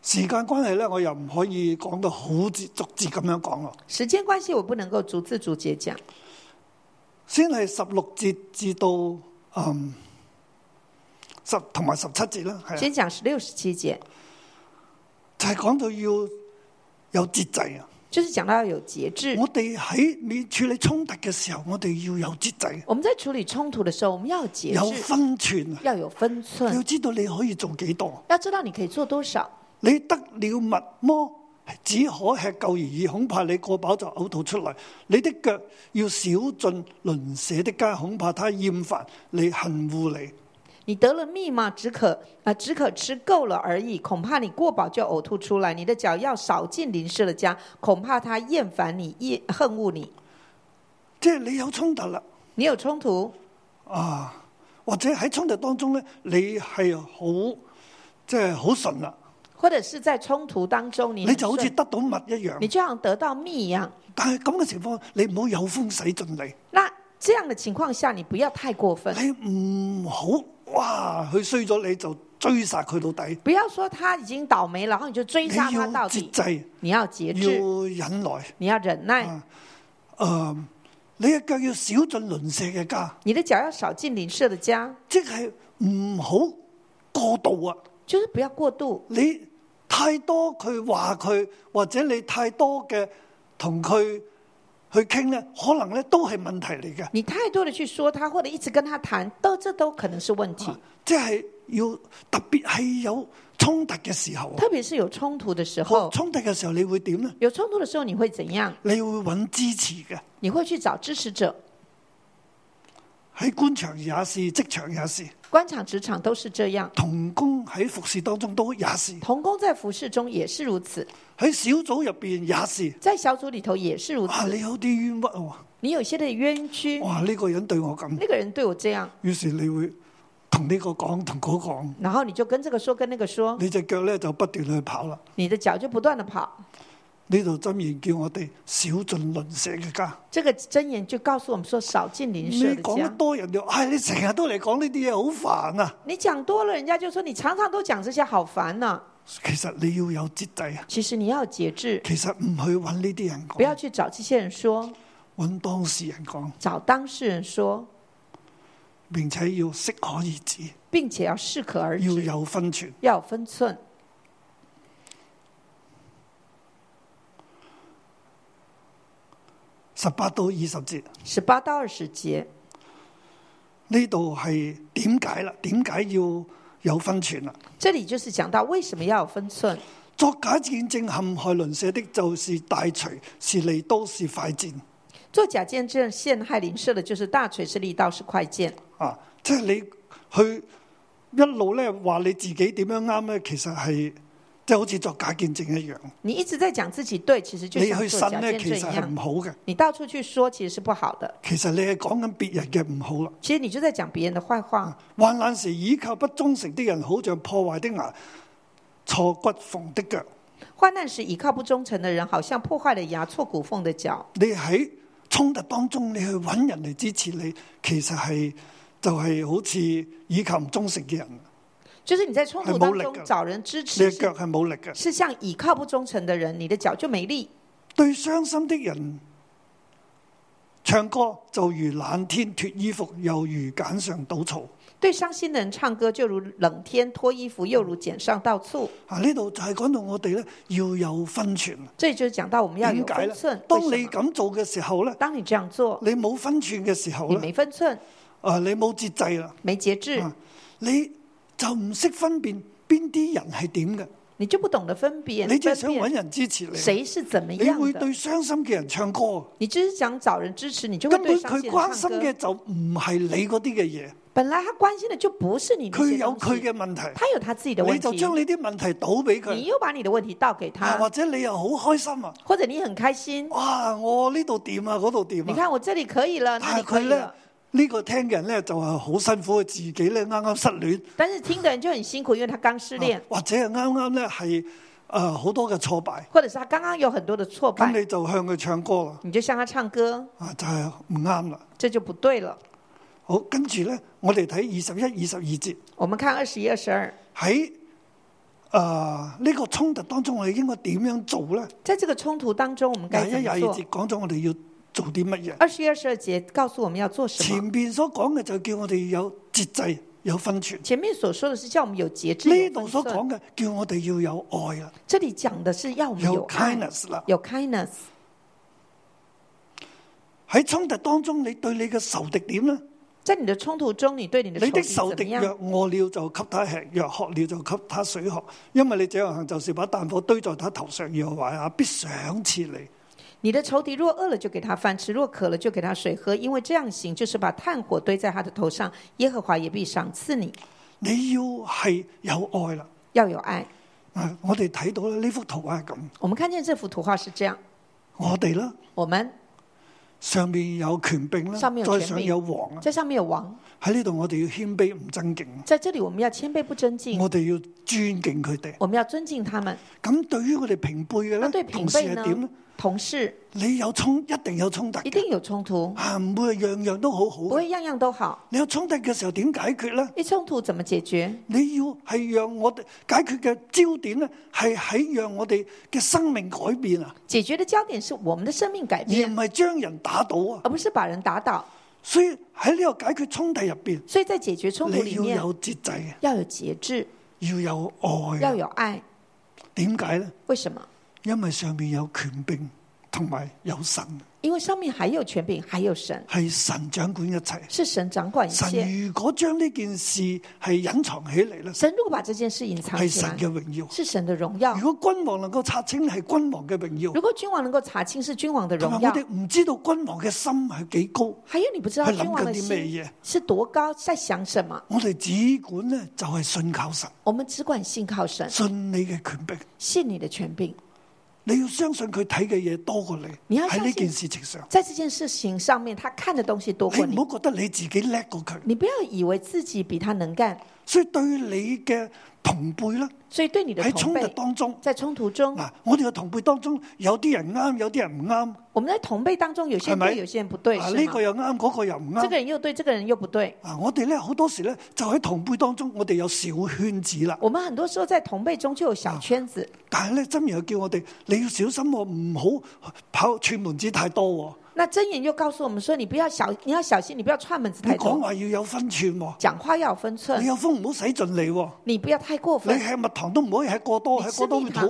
時間關係呢，我又唔可以講到好字逐字咁樣講咯。时间关系，我不能够逐字逐节讲。先係十六節至到嗯十同埋十七節啦，係啊先讲十六、十七节，就係講到要有節制啊。就是讲到要有节制。我哋喺面處理衝突嘅時候，我哋要有節制，我们在处理冲突的时候，我们要有节有制，分寸啊。要有分你要寸，知道你可以做幾多，要知道你可以做多少。你得了物麼？只可吃夠而已，恐怕你過飽就嘔吐出來。你的腳要少進鄰舍的家，恐怕他厭煩你恨惡你。你得了蜜吗？只可啊、呃只可吃够了而已。恐怕你过饱就呕吐出来。你的脚要少进邻舍的家，恐怕他厌烦你，厌恨恶你。即係你有衝突啦，你有冲突，啊，或者喺衝突當中咧，你係好即係好順啦，或者是在冲突当中你你很就好似顺得到物一你樣。就好像得到蜜一样。但係咁嘅情況，你唔好有風使盡嚟。那这样的情况下，你不要太过哎分，你唔好哇，佢衰咗你就追殺佢到底，不要说他已经倒霉了，然后你就追你杀他要到節底。制，你要节制，要忍耐。你要忍耐，啊诶、你嘅腳要少進鄰舍嘅家，你的脚要少进邻舍的家，即係唔好過度啊！就是不要过度。你太多佢話佢，或者你太多嘅同佢去傾咧，可能咧都係問題嚟嘅。你太多的去说他，或者一直跟他談，都这都可能是问题。即係要特別係有衝突嘅時候啊，特别是有冲突的时好候，衝突嘅時候你會點呢？有冲突的时候你会怎样？你會揾支持嘅，你会去找支持者，喺官場也是，職場也是，官场、职场都是这样。同工喺服侍當中都也是，童工在服饰中也是如此，喺小組入邊也是。在小组里头也是如哇！此。啊你哦有啲冤屈喎，你有些的冤屈，哇！呢、個人對我咁，那個人對我這樣，於是你會同呢個講，同嗰個講，然後你就跟這個說，跟那個說，你隻腳咧就不斷去跑啦。你的腳就不斷的跑。呢度箴言叫我哋少進鄰舍嘅家。这個箴言就告訴我們說，少進邻你舍的講得家。多人就，唉、你成日都嚟講呢啲嘢，好煩啊！你講多了，人家就說你常常都講這些，好煩呐、其實你要有節制啊！其實你要節制，其實唔去揾呢啲人不要講，去找這些人說，揾當事人講，找當事人說，並且要適可而止，並且要適可而要止，有分寸。要有分寸。十八到二十節十八到二十節，呢度係點解啦？點解要有分寸啦？這裡就是講到為什麼要有分寸。作假見證陷害鄰舍的，就是大锤，是利刀，是快箭做假见证陷害邻舍的，就是大锤是利刀是快剑。啊！即係你去一路咧話你自己點樣啱咧，其實係即係好似作假見證一樣。你一直在講自己對，其實就你像去做假信见咧，其证一實係唔樣。好嘅。你到處去說，其實是不好的。其實你係講緊別人嘅唔好啦。其實你就在講別人的壞話。患難時倚靠不忠誠的人，好像破壞的牙，錯骨縫的腳。患難時倚靠不忠誠的人，好像破壞了牙錯骨縫的腳。你喺衝突當中，你去揾人嚟支持你，其實係就係好似倚靠唔忠誠嘅人，就是你在衝突很當無力中的找人支你持嘅腳是，係冇力啊嘅。是像倚靠不忠誠的人，你的腳就沒力。對傷心的人唱歌，就如冷天脱衣服，又如簡上倒醋。對傷心的人唱歌，就如冷天脫衣服，又如剪上倒醋。啊！呢度就係講到我哋咧要有分寸。這裡就是講到我們要有點解分咧寸？。當為你什麼咁做嘅時候咧，當你這樣做，你冇分寸嘅時候你咧，沒分寸，啊，你冇節制啦，沒節制，啊你就唔識分辨邊啲人係點嘅，你就不懂得分辨你只係分想辨揾人支持你，誰是怎麼你樣會的對。傷心嘅人唱歌，你只是想找人支持，你就會根本對傷佢心人關心唱嘅歌。就唔係你嗰啲嘅嘢，本來他關心的就不是你那佢些有東佢西，嘅問題，他有他自己的你問就將題。你啲問題倒俾你佢，又把你的問題倒給啊他或，者你又好開心啊，或者你很開心，哇！我呢度掂啊，嗰度掂你啊，看我這裡可以了，那但裡係可佢以啊咧了。呢個聽嘅人咧就係好辛苦，自己咧啱啱失戀。但是聽的人就很辛苦，因為他剛失戀啊，或者係啱啱咧係誒好多嘅挫敗，或者是他剛剛有很多的挫咁敗，你就向佢唱歌啦，你就向他唱歌，啊就係唔啱啦。這就不對了。好，跟住咧，我哋睇二十一、二十二節我們看二十一、二十二，喺誒呢個衝突當中，我哋應該點樣做咧？在這個衝突當中，我們該廿一、怎廿麼二做節？講咗我哋要做啲乜嘢？二十一、二十二節告訴我們要做什麼。前邊所講嘅就叫我哋有節制、有分寸。前面所說的是叫我們有節制，呢有度分所寸。講嘅叫我哋要有愛啦，這裡講的是要我們有有愛， kindness 啦。有 kindness。喺衝突當中，你對你嘅仇敵點咧？在你的衝突中，你對你的你仇的敵怎仇麼敵樣？若餓了就給他吃，若渴了就給他水喝，因為你這樣行就是把炭火堆在他頭上，耶和華也必賞賜你。你的仇敵若餓了，就給他飯吃；若渴了，就給他水喝。因為這樣行，就是把炭火堆在他的頭上，耶和華也必賞賜你。你要係有愛啦。要有愛。啊，我哋睇到咧呢幅圖畫係咁，我們看見這幅圖畫是這樣：我哋啦，我們上面有權柄啦，上面有權再柄上有王啊。在上面有王，喺呢度我哋要謙卑唔爭競，在這裡我們要謙卑不爭競，我哋要尊敬佢哋。我們要尊敬他們。咁對於我哋平輩嘅咧，那啊對平嗯同事輩係點呢呢？？同事你有衝一定有衝突嘅，一定有衝突，啊唔會係樣樣都好好嘅。不會樣樣都好。你有衝突嘅時候點解決呢？一衝突怎麼解決？你要係讓我哋解決嘅焦點呢，係喺讓我哋嘅生命改變啊，解決的焦點是我們的生命改而唔變，係將人打倒啊。而不是把人打倒。所以喺呢個解決衝突入邊，所以在解決衝突你裡要面，啊有節制嘅，要有節制，要有要愛。啊有愛。點解呢？為什麼？因為上面有權柄同埋有神，因為上面還有權柄，還有神，係神掌管一切。是神掌管一切。神如果將呢件事係隱藏起嚟咧，神如果把這件事隱藏係起來神，嘅榮耀。是神的榮耀。如果君王能夠察清係君王嘅榮耀，如果君王能夠查清是君王的同埋榮我耀，哋唔知道君王嘅心係幾高，還有你不知道他諗君王的緊啲咩嘢心是多高，在想什麼。我哋只管呢就係信靠神，我們只管信靠神，信你嘅權柄。信你的權柄，你要相信佢睇嘅嘢多過你，你要喺相信呢件事情上，在這件事情上面，他看的東西多你過你。唔好覺得你自己叻過佢。你不要以為自己比他能幹，所以對你嘅同輩啦，所以對你的喺同衝突輩，當中，在衝突中，嗱，我哋嘅同輩當中有啲人啱，有啲人唔啱，我們在同輩當中，有些係人對，咪有些人不對，啊是呢嗎個？又啱，嗰個又唔這個啱。人又對，這個人又不對。啊，我哋咧好多時咧就喺同輩當中，我哋有小圈子啦。我們很多時候在同輩中就有啊小圈子，但係咧，真言又叫我哋你要小心喎，唔好跑串門子太多那真言又告訴我們說，你不要小，你要小心，你不要串門子喎。你太講多，話要有分寸喎，講話要有分你寸，有風唔好使盡你喎。你不要太過你分，吃蜜糖都唔可以吃過多，你吃吃過多蜜會肚糖屙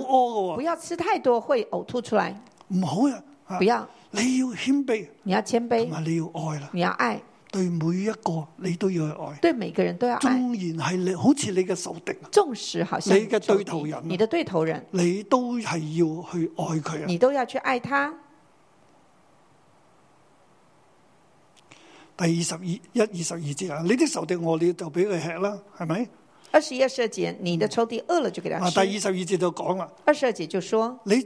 不嘅要吃太多會嘔吐出來，喎，唔好啊！啊不要，你要謙卑，你要謙同卑，埋你要愛啦。你要愛，對每一個你都要去愛，對每個人都要縱愛，然係你好似你嘅仇敵，縱使好像你嘅對頭人啊你的對頭人，你都係要去愛佢啊。你都要去愛他。第二十二一二十二節啊，你啲仇敵餓了就俾佢吃啦，係咪？二十一二十二節，你的仇敵餓了就給他啊，第二吃。十二節就講啦。二十二節就說，你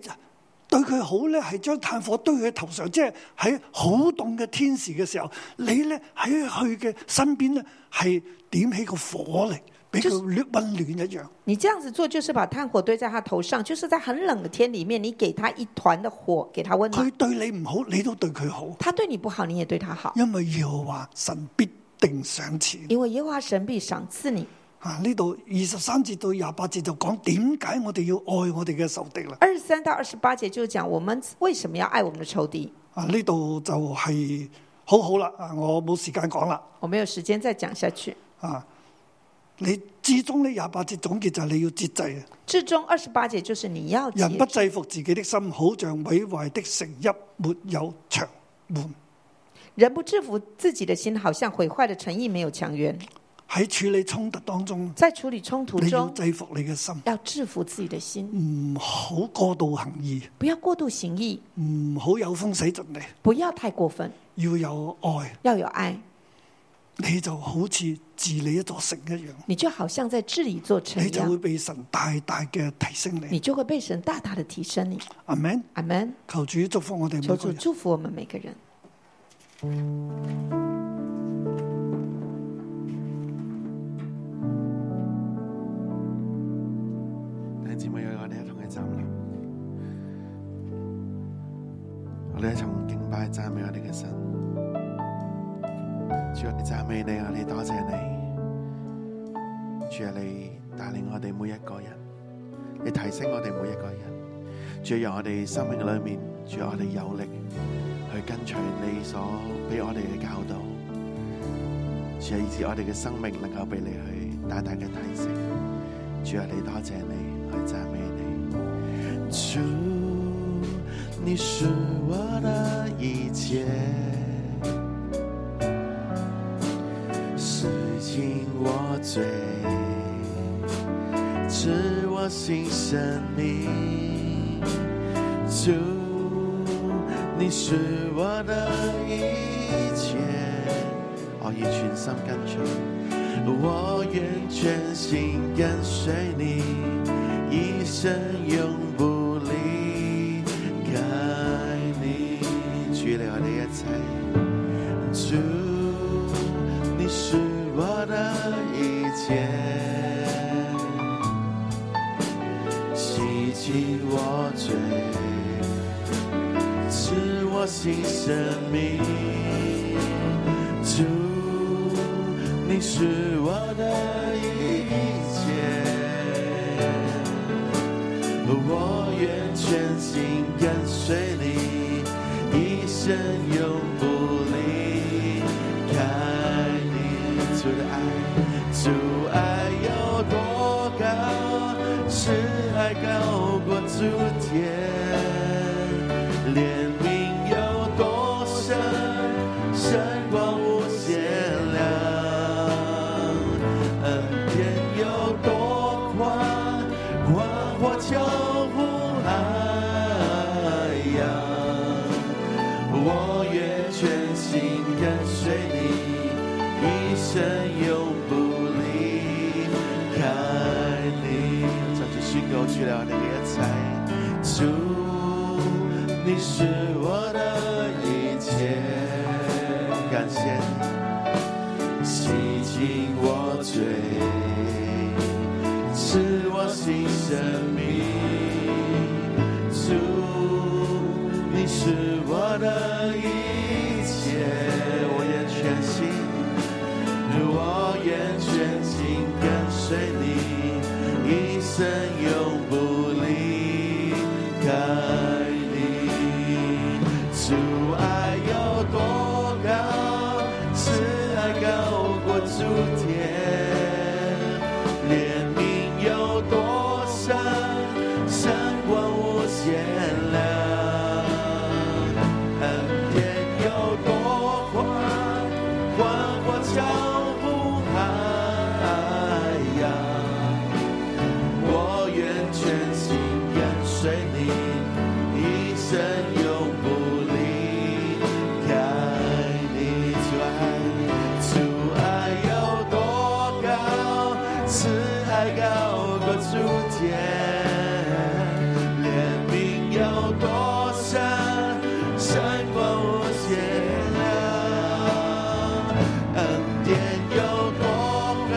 對佢好咧，係將炭火堆佢頭上，即係喺好凍嘅天時嘅時候，你咧喺佢嘅身邊咧係點起個火嚟，俾佢暖温暖一樣。你這樣子做就是把炭火堆在他頭上，就是在很冷的天裡面，你給他一團的火，給他溫暖佢。對你唔好，你都對佢好，他對你不好，你也對他好，因為耶和華神必定賞賜。因為耶和華神必賞賜你。啊，呢度二十三節到廿八節就講點解我哋要愛我哋嘅仇敵啦。二十三到二十八節就講我們為什麼要愛我們的仇敵。啊，呢度就係、好好啦。啊，我冇時間講啦。我沒有時間再講下去。啊，你至終呢廿八節總結就係你要節制啊。至終二十八節就是你要人不節制，制服自己的心，好像毀壞的城邑沒有牆門。人不制服自己的心，好像毀壞的誠意沒有強援。喺處理衝突當中，在處理衝突你要中，制服你嘅心，要制服自己的心，唔好過度行義，不要過度行義，唔好有風使盡你，不要太過分，要有愛，要有愛。你就好似治理一座城一樣，你就好像在治理一座城你一就會樣，被神大大嘅提升你你。就會被神大大的提升你。阿 Man，阿門。求主祝福我哋每求個主人。祝福我們每個人。弟兄姊妹，我哋一同去站立，我哋一同敬拜讚美我哋嘅神。主啊，我哋讚美你，我哋多謝你。主啊，你帶領我哋每一個人，你提升我哋每一個人。主啊，讓我哋生命裏面，主啊，我哋有力去跟隨你所俾我哋嘅教導。主啊，以致我哋嘅生命能夠俾你去大大嘅提升。主啊，你多谢你，我赞美你。主，你是我的一切，洗净我罪，知我心生命。主，你是我的一切，我已全心跟随。我愿全心跟随你，一生永不离开你。主你我的一切，主，你是我的一切，洗净我罪，新生命。主，你是我的一切，我愿全心跟随你，一生永不离开你。主的爱，主爱有多高，是爱高过诸天。怜悯有多深，深光无限量；恩典有多宽，宽阔超乎海洋。我愿全心跟随你，一生永不离开你。再去宣告去了你的一切。主，你是我的一切，感谢，洗净我罪，赐我新生命。主，你是我的一切，我愿全心，我愿全心跟随你，一生永不离开你。主爱有多高，是爱高过诸天，怜悯有多深，深过无限量。恩典有多宽，宽阔超乎海洋。我愿全心跟随你，一生永不离开你。主爱，主爱有多高，慈爱高过诸天。怜悯有多深，深过无限量；恩典有多高，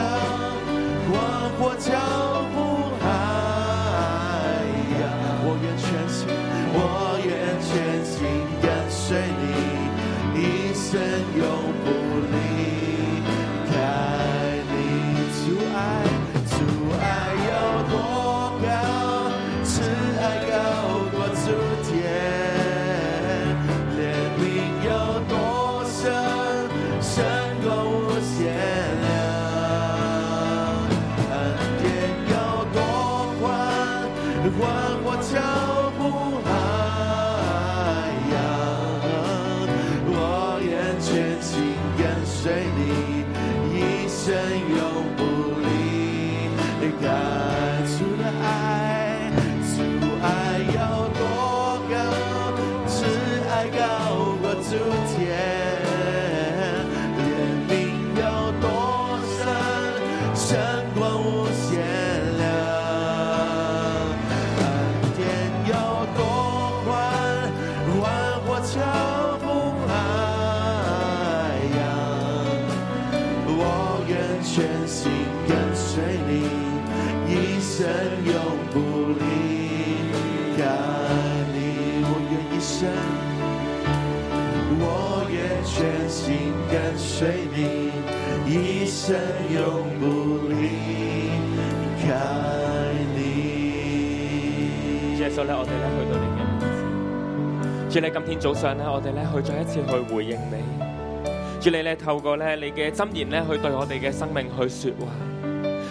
宽阔超乎海洋。我愿全心，我愿全心跟随你，一生永不离开你。主爱，主爱有多高？慈爱高过诸天，怜悯有多深，深过无限量。恩典有多宽，宽阔超乎海洋。我愿全心跟随你，一生永不离开主的爱。主爱有多高，是爱高过诸天。怜悯有多深，深过无限量。恩典有多宽，宽阔超乎海洋。我愿全心跟随你，一生永不离开你。我愿一生，我愿全心跟随你，一生永不离开你。耶穌咧，我哋咧去到你嘅面前，主你今天早上咧，我哋咧去再一次去回應你，主你咧透過咧你嘅箴言咧去對我哋嘅生命去说話。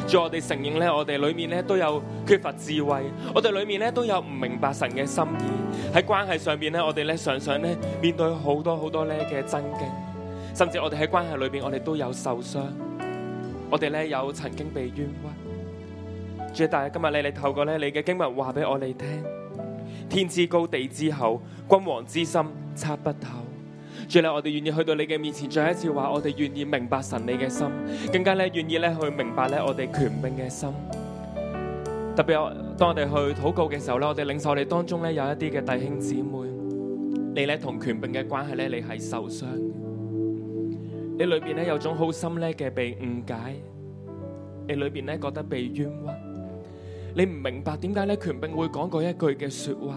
主我哋承認咧，我哋裏面咧都有缺乏智慧，我哋裏面咧都有唔明白神嘅心意。喺關係上邊咧，我哋咧常常咧面對好多好多咧嘅爭競，甚至我哋喺關係裏邊，我哋都有受傷，我哋咧有曾經被冤屈。主，但係今日咧，你透過咧你嘅經文話俾我哋聽。天之高，地之厚，君王之心測不透。主咧，我哋願意去到你嘅面前，再一次話我哋願意明白神你嘅心，更加咧願意咧去明白咧我哋權柄嘅心。特別我當我哋去禱告嘅時候咧，我哋領受我哋當中咧有一啲嘅弟兄姊妹，你咧同權柄嘅關係咧，你係受傷嘅，你裏邊咧有種好心咧嘅被誤解，你裏邊咧覺得被冤屈。你唔明白點解咧權柄會講過一句嘅说話，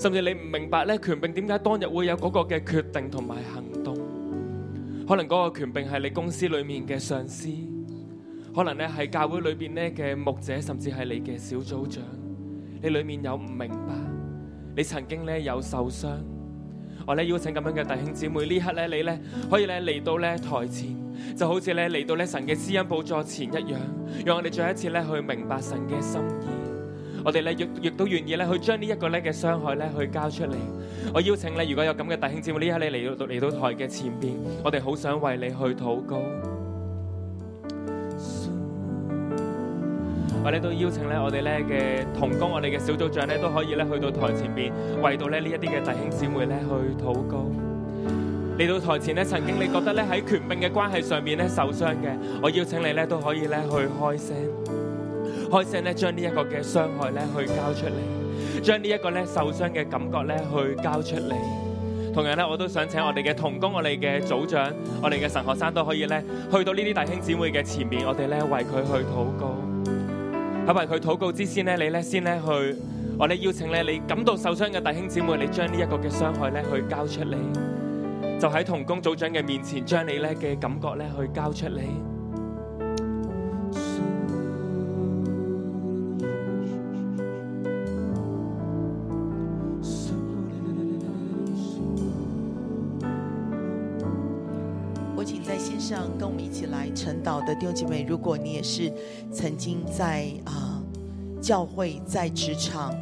甚至你唔明白咧權柄點解當日會有嗰個嘅決定同埋行動。可能嗰個權柄係你公司裏面嘅上司，可能咧係教會裏邊咧嘅牧者，甚至係你嘅小組長。你裏面有唔明白，你曾經咧有受傷。我咧邀請咁樣嘅弟兄姊妹呢刻咧，你咧可以咧嚟到咧台前，就好似咧嚟到咧神嘅施恩寶座前一樣，讓我哋再一次咧去明白神嘅心意。我哋咧亦亦都願意咧去將呢一個咧嘅傷害咧去交出嚟。我邀請咧，如果有咁嘅弟兄姊妹呢刻你嚟到嚟到台嘅前邊，我哋好想為你去禱告。我哋都邀請咧，我哋咧嘅同工，我哋嘅小組長咧都可以咧去到台前邊，為到咧呢一啲嘅弟兄姊妹咧去禱告。嚟到台前咧，曾經你覺得咧喺權柄嘅關係上面咧受傷嘅，我邀請你咧都可以咧去開聲。開聲咧，將呢一個嘅傷害咧去交出嚟，將呢一個咧受傷嘅感覺咧去交出嚟。同樣咧，我都想請我哋嘅同工、我哋嘅組長、我哋嘅神學生都可以咧，去到呢啲弟兄姊妹嘅前面，我哋咧為佢去禱告。喺為佢禱告之先咧，你咧先咧去，我哋邀請咧你感到受傷嘅弟兄姊妹，你將呢一個嘅傷害咧去交出嚟，就喺同工組長嘅面前，將你咧嘅感覺咧去交出嚟。我请在线上跟我们一起来晨祷的弟兄姐妹，如果你也是曾经在啊、教会、在职场，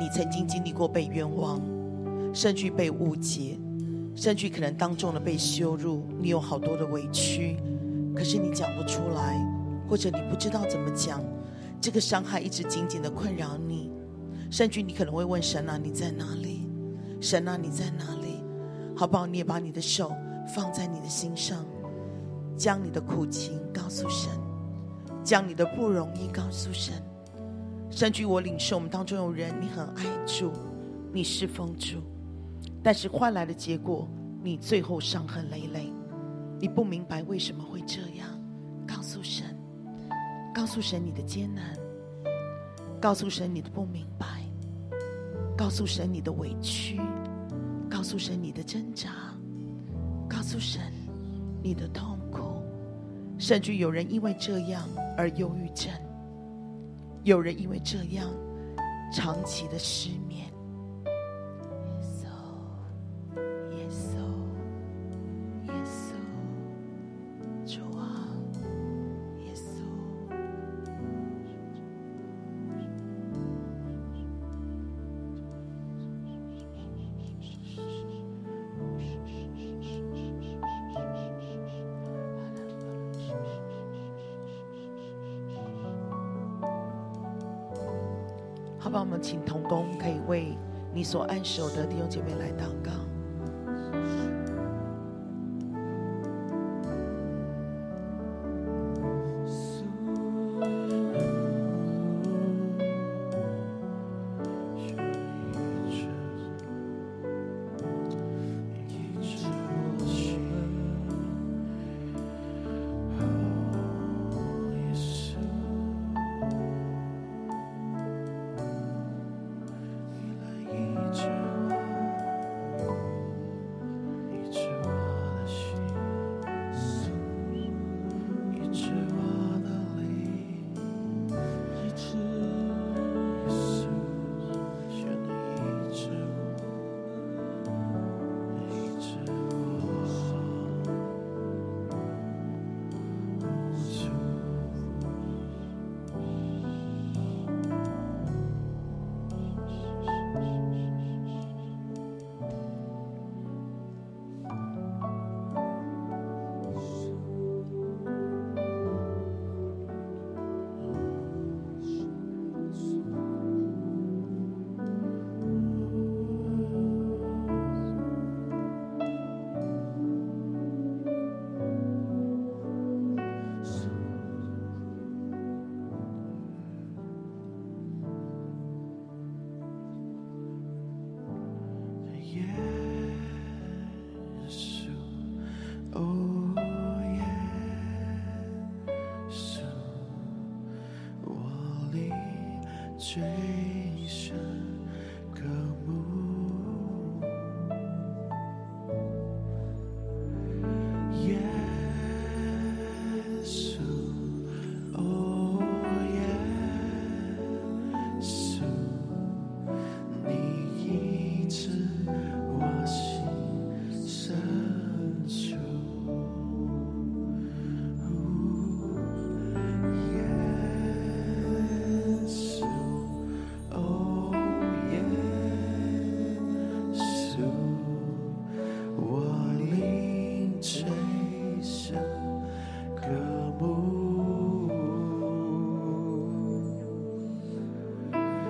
你曾经经历过被冤枉，甚至被误解，甚至可能当众的被羞辱，你有好多的委屈，可是你讲不出来，或者你不知道怎么讲，这个伤害一直紧紧的困扰你，甚至你可能会问神啊，你在哪里？神啊，你在哪里？好不好？你也把你的手放在你的心上，将你的苦情告诉神，将你的不容易告诉神。甚至于我领受我们当中有人，你很爱主，你侍奉主，但是换来的结果，你最后伤痕累累，你不明白为什么会这样。告诉神，告诉神你的艰难，告诉神你的不明白，告诉神你的委屈，告诉神你的挣扎。告诉神你的痛苦，甚至有人因为这样而忧郁症，有人因为这样长期的失眠。Yes, oh, yes, oh, yes, oh，主啊，Yes, oh。好吧，我们请童工可以为你所按手的弟兄姐妹来祷告。Oh, 我里最深刻慕。Oh, oh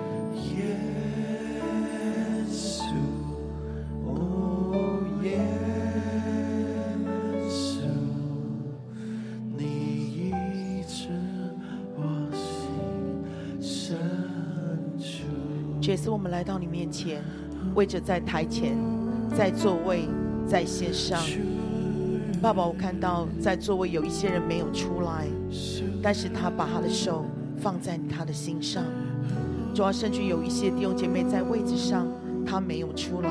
主耶稣，我们来到你面前，为着在台前、在座位、在线上，爸爸，我看到在座位有一些人没有出来，但是他把他的手放在他的心上。主要甚至有一些弟兄姐妹在位置上，他没有出来，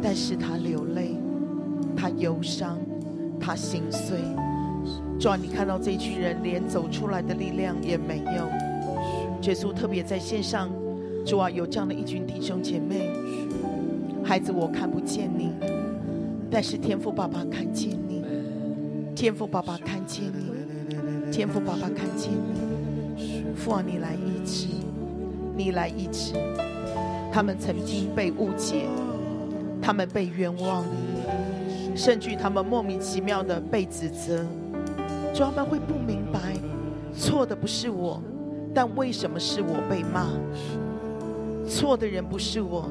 但是他流泪，他忧伤，他心碎。主啊要你看到这群人连走出来的力量也没有。耶稣特别在线上，主啊，有这样的一群弟兄姐妹，孩子，我看不见你，但是天父爸爸看见你，天父爸爸看见你，天父爸爸看见你，父啊，你来医治，你来医治，他们曾经被误解，他们被冤枉，甚至他们莫名其妙的被指责，主啊他们会不明白，错的不是我。但为什么是我被骂？错的人不是我，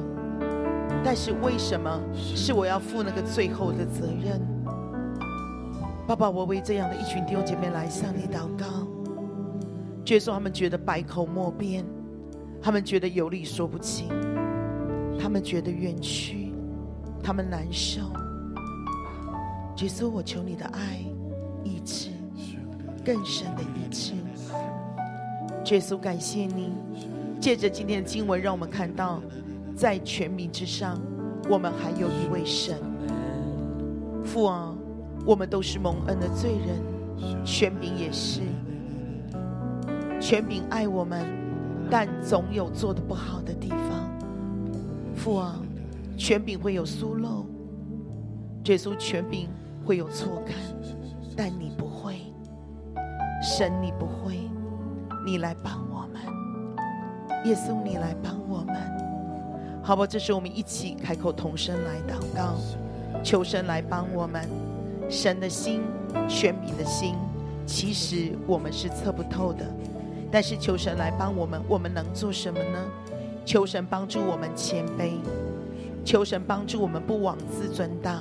但是为什么是我要负那个最后的责任？爸爸，我为这样的一群弟兄姐妹来向你祷告，就说他们觉得百口莫辩，他们觉得有理说不清，他们觉得冤屈，他们难受。耶稣，我求你的爱医治，更深的医治。耶稣，感谢你，借着今天的经文，让我们看到，在全民之上，我们还有一位神。父啊，我们都是蒙恩的罪人，全民也是。全民爱我们，但总有做的不好的地方。父啊，全民会有疏漏，耶稣，全民会有错感，但你不会，神你不会。你来帮我们，耶稣，你来帮我们，好不好？这时候我们一起开口同声来祷告，求神来帮我们。神的心，全民的心，其实我们是测不透的，但是求神来帮我们，我们能做什么呢？求神帮助我们谦卑，求神帮助我们不妄自尊大，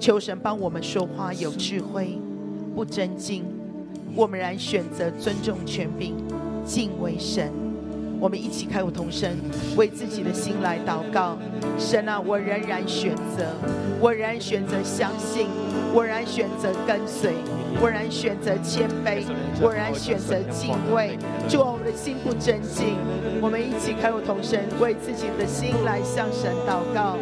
求神帮我们说话有智慧，不真敬，我们然选择尊重权柄，敬畏神。我们一起开口同声，为自己的心来祷告。神啊，我仍然选择，我仍然选择相信，我仍然选择跟随，我仍然选择谦卑，我仍然选择敬畏。主啊，我们的心不真敬，我们一起开口同声，为自己的心来向神祷告。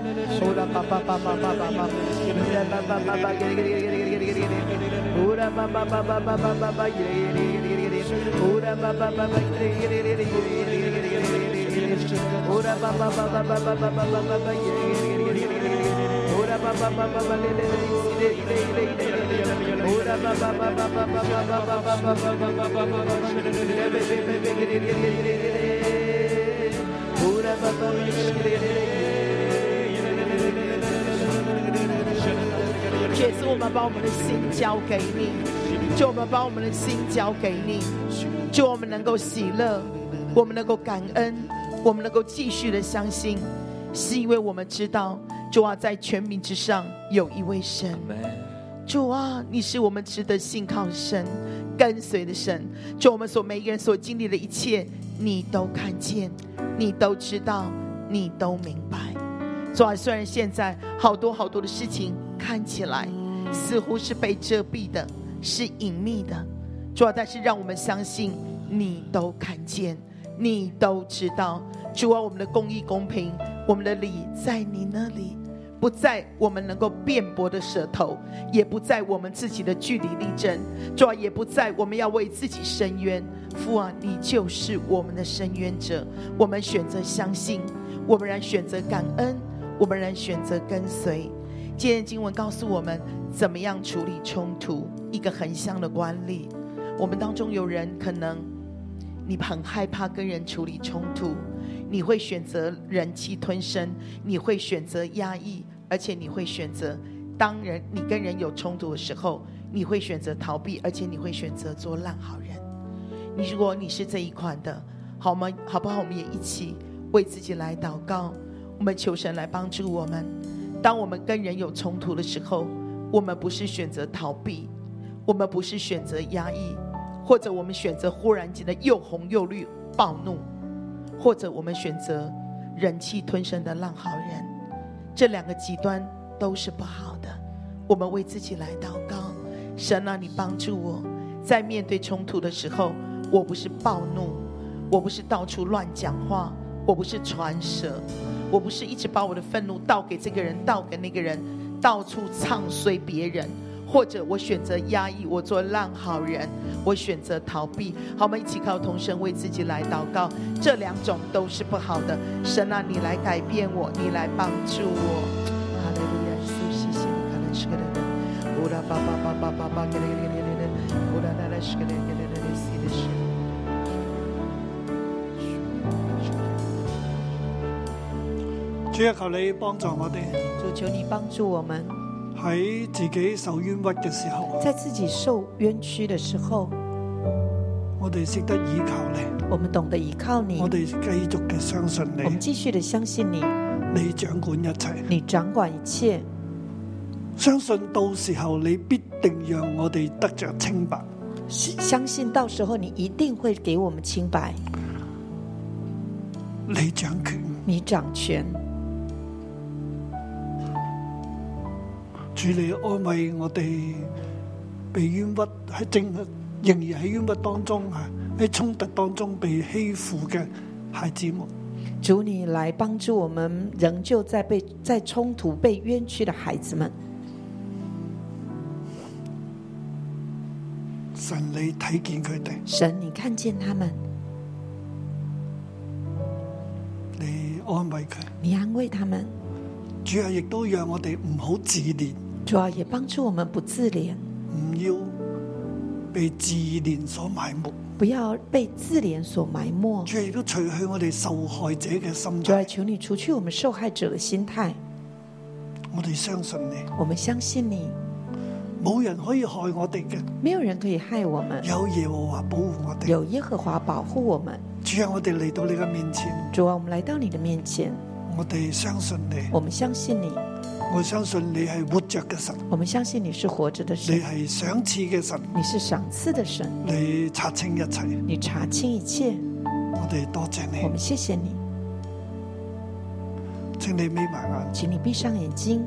耶稣，我们把我们的心交给你，就我们把我们的心交给你，就我们能够喜乐，我们能够感恩，我们能够继续的相信，是因为我们知道主啊，在全民之上有一位神。主啊，你是我们值得信靠的神、跟随的神。主，我们所每一个人所经历的一切，你都看见，你都知道，你都明白。主啊，虽然现在好多好多的事情看起来似乎是被遮蔽的，是隐秘的，主啊，但是让我们相信你都看见，你都知道。主啊，我们的公义公平，我们的理在你那里。不在我们能够辩驳的舌头，也不在我们自己的据理力争，主啊，也不在我们要为自己伸冤。父啊，你就是我们的伸冤者。我们选择相信，我们仍选择感恩，我们仍选择跟随。今天经文告诉我们怎么样处理冲突，一个横向的管理。我们当中有人可能你很害怕跟人处理冲突，你会选择忍气吞声，你会选择压抑，而且你会选择，当人你跟人有冲突的时候，你会选择逃避，而且你会选择做烂好人。你如果你是这一款的，好吗？好不好？我们也一起为自己来祷告，我们求神来帮助我们。当我们跟人有冲突的时候，我们不是选择逃避，我们不是选择压抑，或者我们选择忽然间的又红又绿暴怒，或者我们选择忍气吞声的浪好人，这两个极端都是不好的。我们为自己来祷告，神啊，你帮助我，在面对冲突的时候，我不是暴怒，我不是到处乱讲话，我不是传舌，我不是一直把我的愤怒倒给这个人，倒给那个人，到处唱衰别人。或者我选择压抑，我做烂好人，我选择逃避。好，我们一起靠同声为自己来祷告，这两种都是不好的。神啊，你来改变我，你来帮助我。哈利路亚，主谢谢你，卡勒什格勒勒，乌拉巴巴巴巴巴巴，格勒格勒格勒勒，乌拉拉拉什格勒格勒勒勒，西的是。主啊，求你幫助我哋主求你帮助我们，喺自己受冤屈嘅時候，在自己受冤屈的时候，我哋識得倚靠你，我们懂得依靠你我，哋繼續嘅相信我们你，继续的相信你，你掌管一切，你掌管一切。相信到時候你必定讓我哋得着清白。是相信到时候你一定会给我们清白，你掌權，你掌权，主你安慰我哋被冤屈喺正仍然喺冤屈當中啊，喺衝突當中被欺負嘅孩子們。主你来帮助我们，仍旧在被在冲突、被冤屈的孩子们。神你睇見佢哋，神，你看见他们，你安慰佢。你安慰他们，主啊，亦都讓我哋唔好自憐，主要也帮助我们不自怜，唔要被自憐所埋沒。不要被自怜所埋没。主啊，亦都除去我哋受害者嘅心主要態。求你除去我们受害者的心态，啊我哋相信你，我们相信你，冇人可以害我哋嘅，没有人可以害我们，有耶和華保護我哋。有耶和华保护我们。主啊，我哋嚟到你嘅面前，主啊，我们来到你的面前，我哋相信你，我们相信你，我相信你係活着嘅神，我们相信你是活着的你神，係賞賜嘅神，你是赏赐的神，你察清一切。你查清一切。我哋多謝我你，们谢谢你，請你眯埋眼，请你闭上眼睛，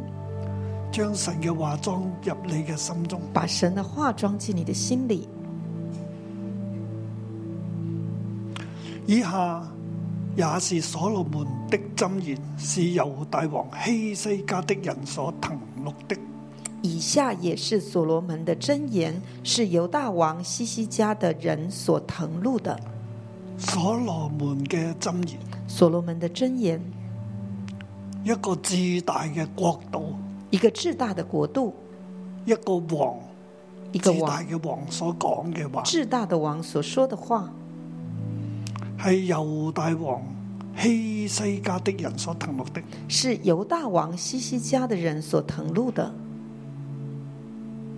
將神嘅話裝入你嘅心中。把神的话装进你的心里。以下也是所羅門的箴言，是猶大王希西家的人所騰錄的。以下也是所罗门的箴言，是犹大王西西家的人所誊录的。所羅門嘅箴言，所罗门的箴言，一個至大嘅國度，一个至大的国度，一個王，一个至大王，嘅王所講嘅話，至大的王所说的话，係猶大王希西家的人所騰錄的。是犹大王西西家的人所誊录的。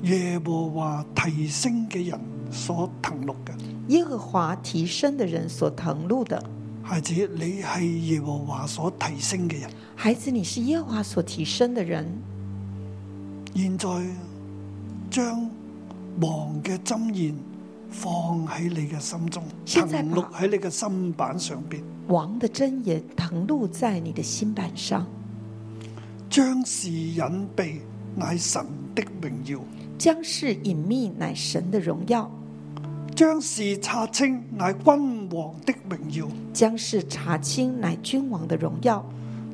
耶和華提升嘅人所騰錄嘅。耶和华提升的人所誊录的。孩子，你係耶和華所提升嘅人。孩子，你是耶和华所提升的人。現在將王嘅箴言放喺你嘅心中，現在騰吧錄喺你嘅心板上邊，王的箴言誊录在你的心版上，將是隱秘乃神的榮耀，将是隐秘乃神的荣耀，將是察清乃君王的榮耀。将是查清乃君王的荣耀。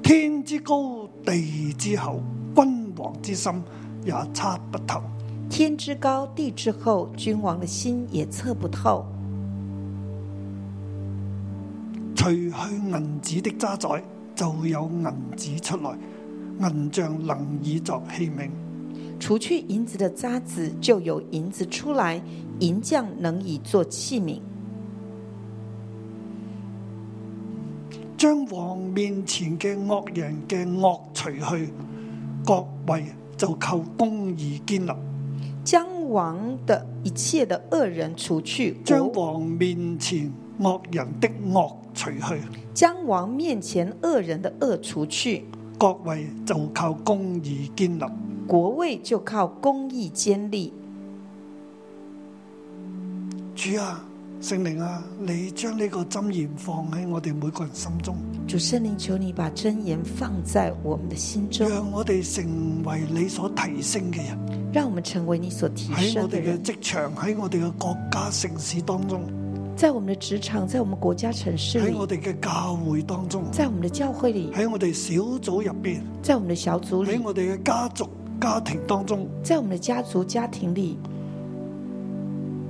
天之高，地之厚，君王之心也測不透。天之高，地之厚，君王的心也测不透。除去銀子的渣滓，就有銀子出來。銀匠能以作器皿。除去银子的渣子，就有银子出来；银匠能以做器皿，將王面前嘅惡人嘅惡除去，國位就靠公義建立；将王的一切的恶人除去，將国王面前惡人的惡除去，将王面前恶人的恶除去，國位就靠公義建立。国位就靠公义坚立。主啊，圣灵啊，你將呢個箴言放喺我哋每個人心中，主圣灵，求你把真言放在我们的心中，讓我哋成為你所提升嘅人，让我们成为你所提喺升我的哋人嘅。職場，喺我哋嘅國家城市當中，在我们的职场，在我们国家、城市喺里，我哋嘅教會當中，在我们的教会里，喺我哋小組入邊，在我们的小组喺里，我哋嘅家族家庭當中，在我们的家族、家庭里，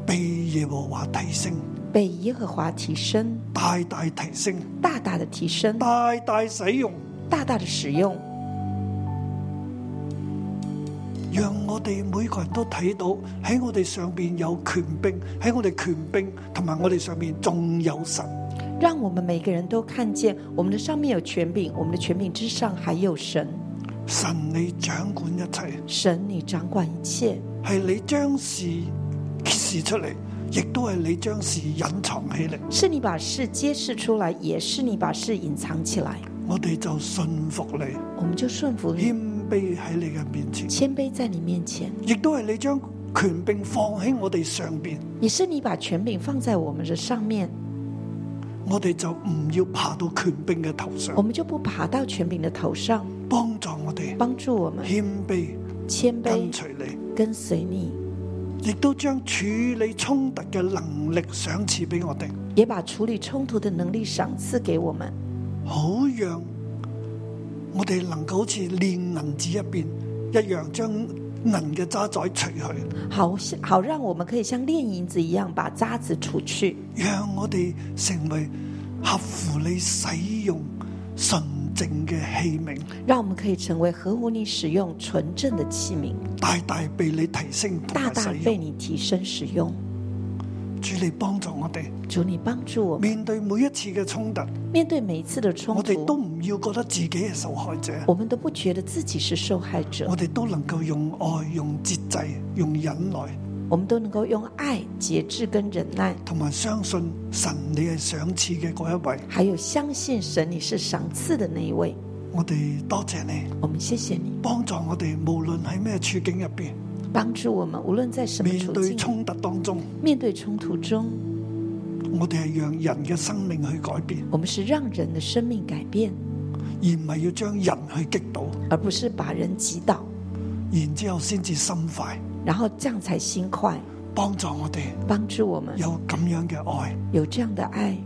被耶和華提升，被耶和华提升，大大提升，大大的提升，大大使用，大大的使用，讓我哋每個人都睇到喺我哋上邊有權柄，喺我哋權柄同埋我哋上面仲有神。让我们每个人都看见我们的上面有权柄，我们的权柄之上还有神，神你掌管一切，神你掌管一切，系你将事揭示出嚟，亦都系你将事隐藏起嚟。是你把事揭示出来，也是你把事隐藏起来，我哋就信服你，我们就顺服你谦，卑喺你嘅面前，谦卑在你面前，亦都系你将权柄放喺我哋上边，也是你把权柄放在我们的上面，我哋就唔要爬到权柄嘅头上我，们就不爬到权柄的头上，帮助我哋帮助我们谦卑谦跟卑随你，跟随你，亦都将处理冲突嘅能力赏赐俾我哋，也把处理冲突的能力赏赐给我们，好让我哋能够好似炼银子一边一样，将银嘅渣滓除去。好好让我们可以像炼银子一样把渣子除去，让我哋成为合乎你使用纯正嘅器皿，让我们可以成为合乎你使用纯正的器皿，大大被你提升同大埋大使被用。你提升使用。主你帮助我哋主，你帮助我们面对每一次嘅冲突，面对每一次的冲我哋都突，唔要觉得自己係受害者，我们都不觉得自己是受害者我，哋都能够用爱、用节制、用忍耐，我们都能够用爱、节制跟忍耐，同埋相信神你係赏赐嘅嗰一位。还有相信神你是赏赐的那一位。我哋多谢你我们谢谢你帮助我哋，无论喺咩处境入边，帮助我们，无论在什么面处对境，冲突当中，面对冲突中，我哋係讓人嘅生命去改變。我们是让人的生命改变，而唔係要將人去擊倒，而不是把人击倒，然之後先至心快，然后这样才心快。幫助我哋帮助我们有咁樣嘅愛，有这样的爱，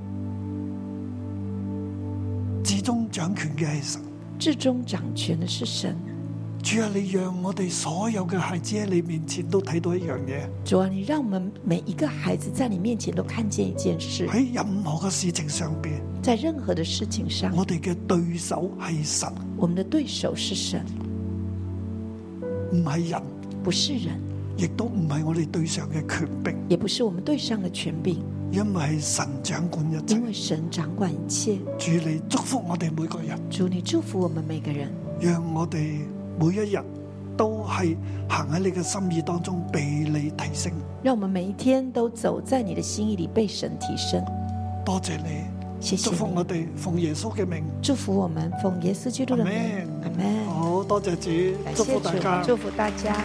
至終掌權嘅係神。至终掌权的是神。主啊，你讓我哋所有嘅孩子喺你面前都睇到一樣嘢，主啊，你让我们每一个孩子在你面前都看见一件事，喺任何嘅事情上邊，在任何的事情上，我哋嘅對手係神，我们的对手是神，唔係人，不是人，亦都唔係我哋對上嘅權柄，也不是我们对上的权柄，因為係神掌管一因切。为神掌管一切。主，你祝福我哋每個人，主，你祝福我们每个人，讓我哋每一日都係行喺你嘅心意當中，被你提升。让我们每一天都走在你的心意里被神提升。多謝你。谢谢祝福你我，哋，奉耶穌嘅名，祝福我们，奉耶稣基督的名，阿门。好多謝主，感祝谢福大主，家。祝福大家。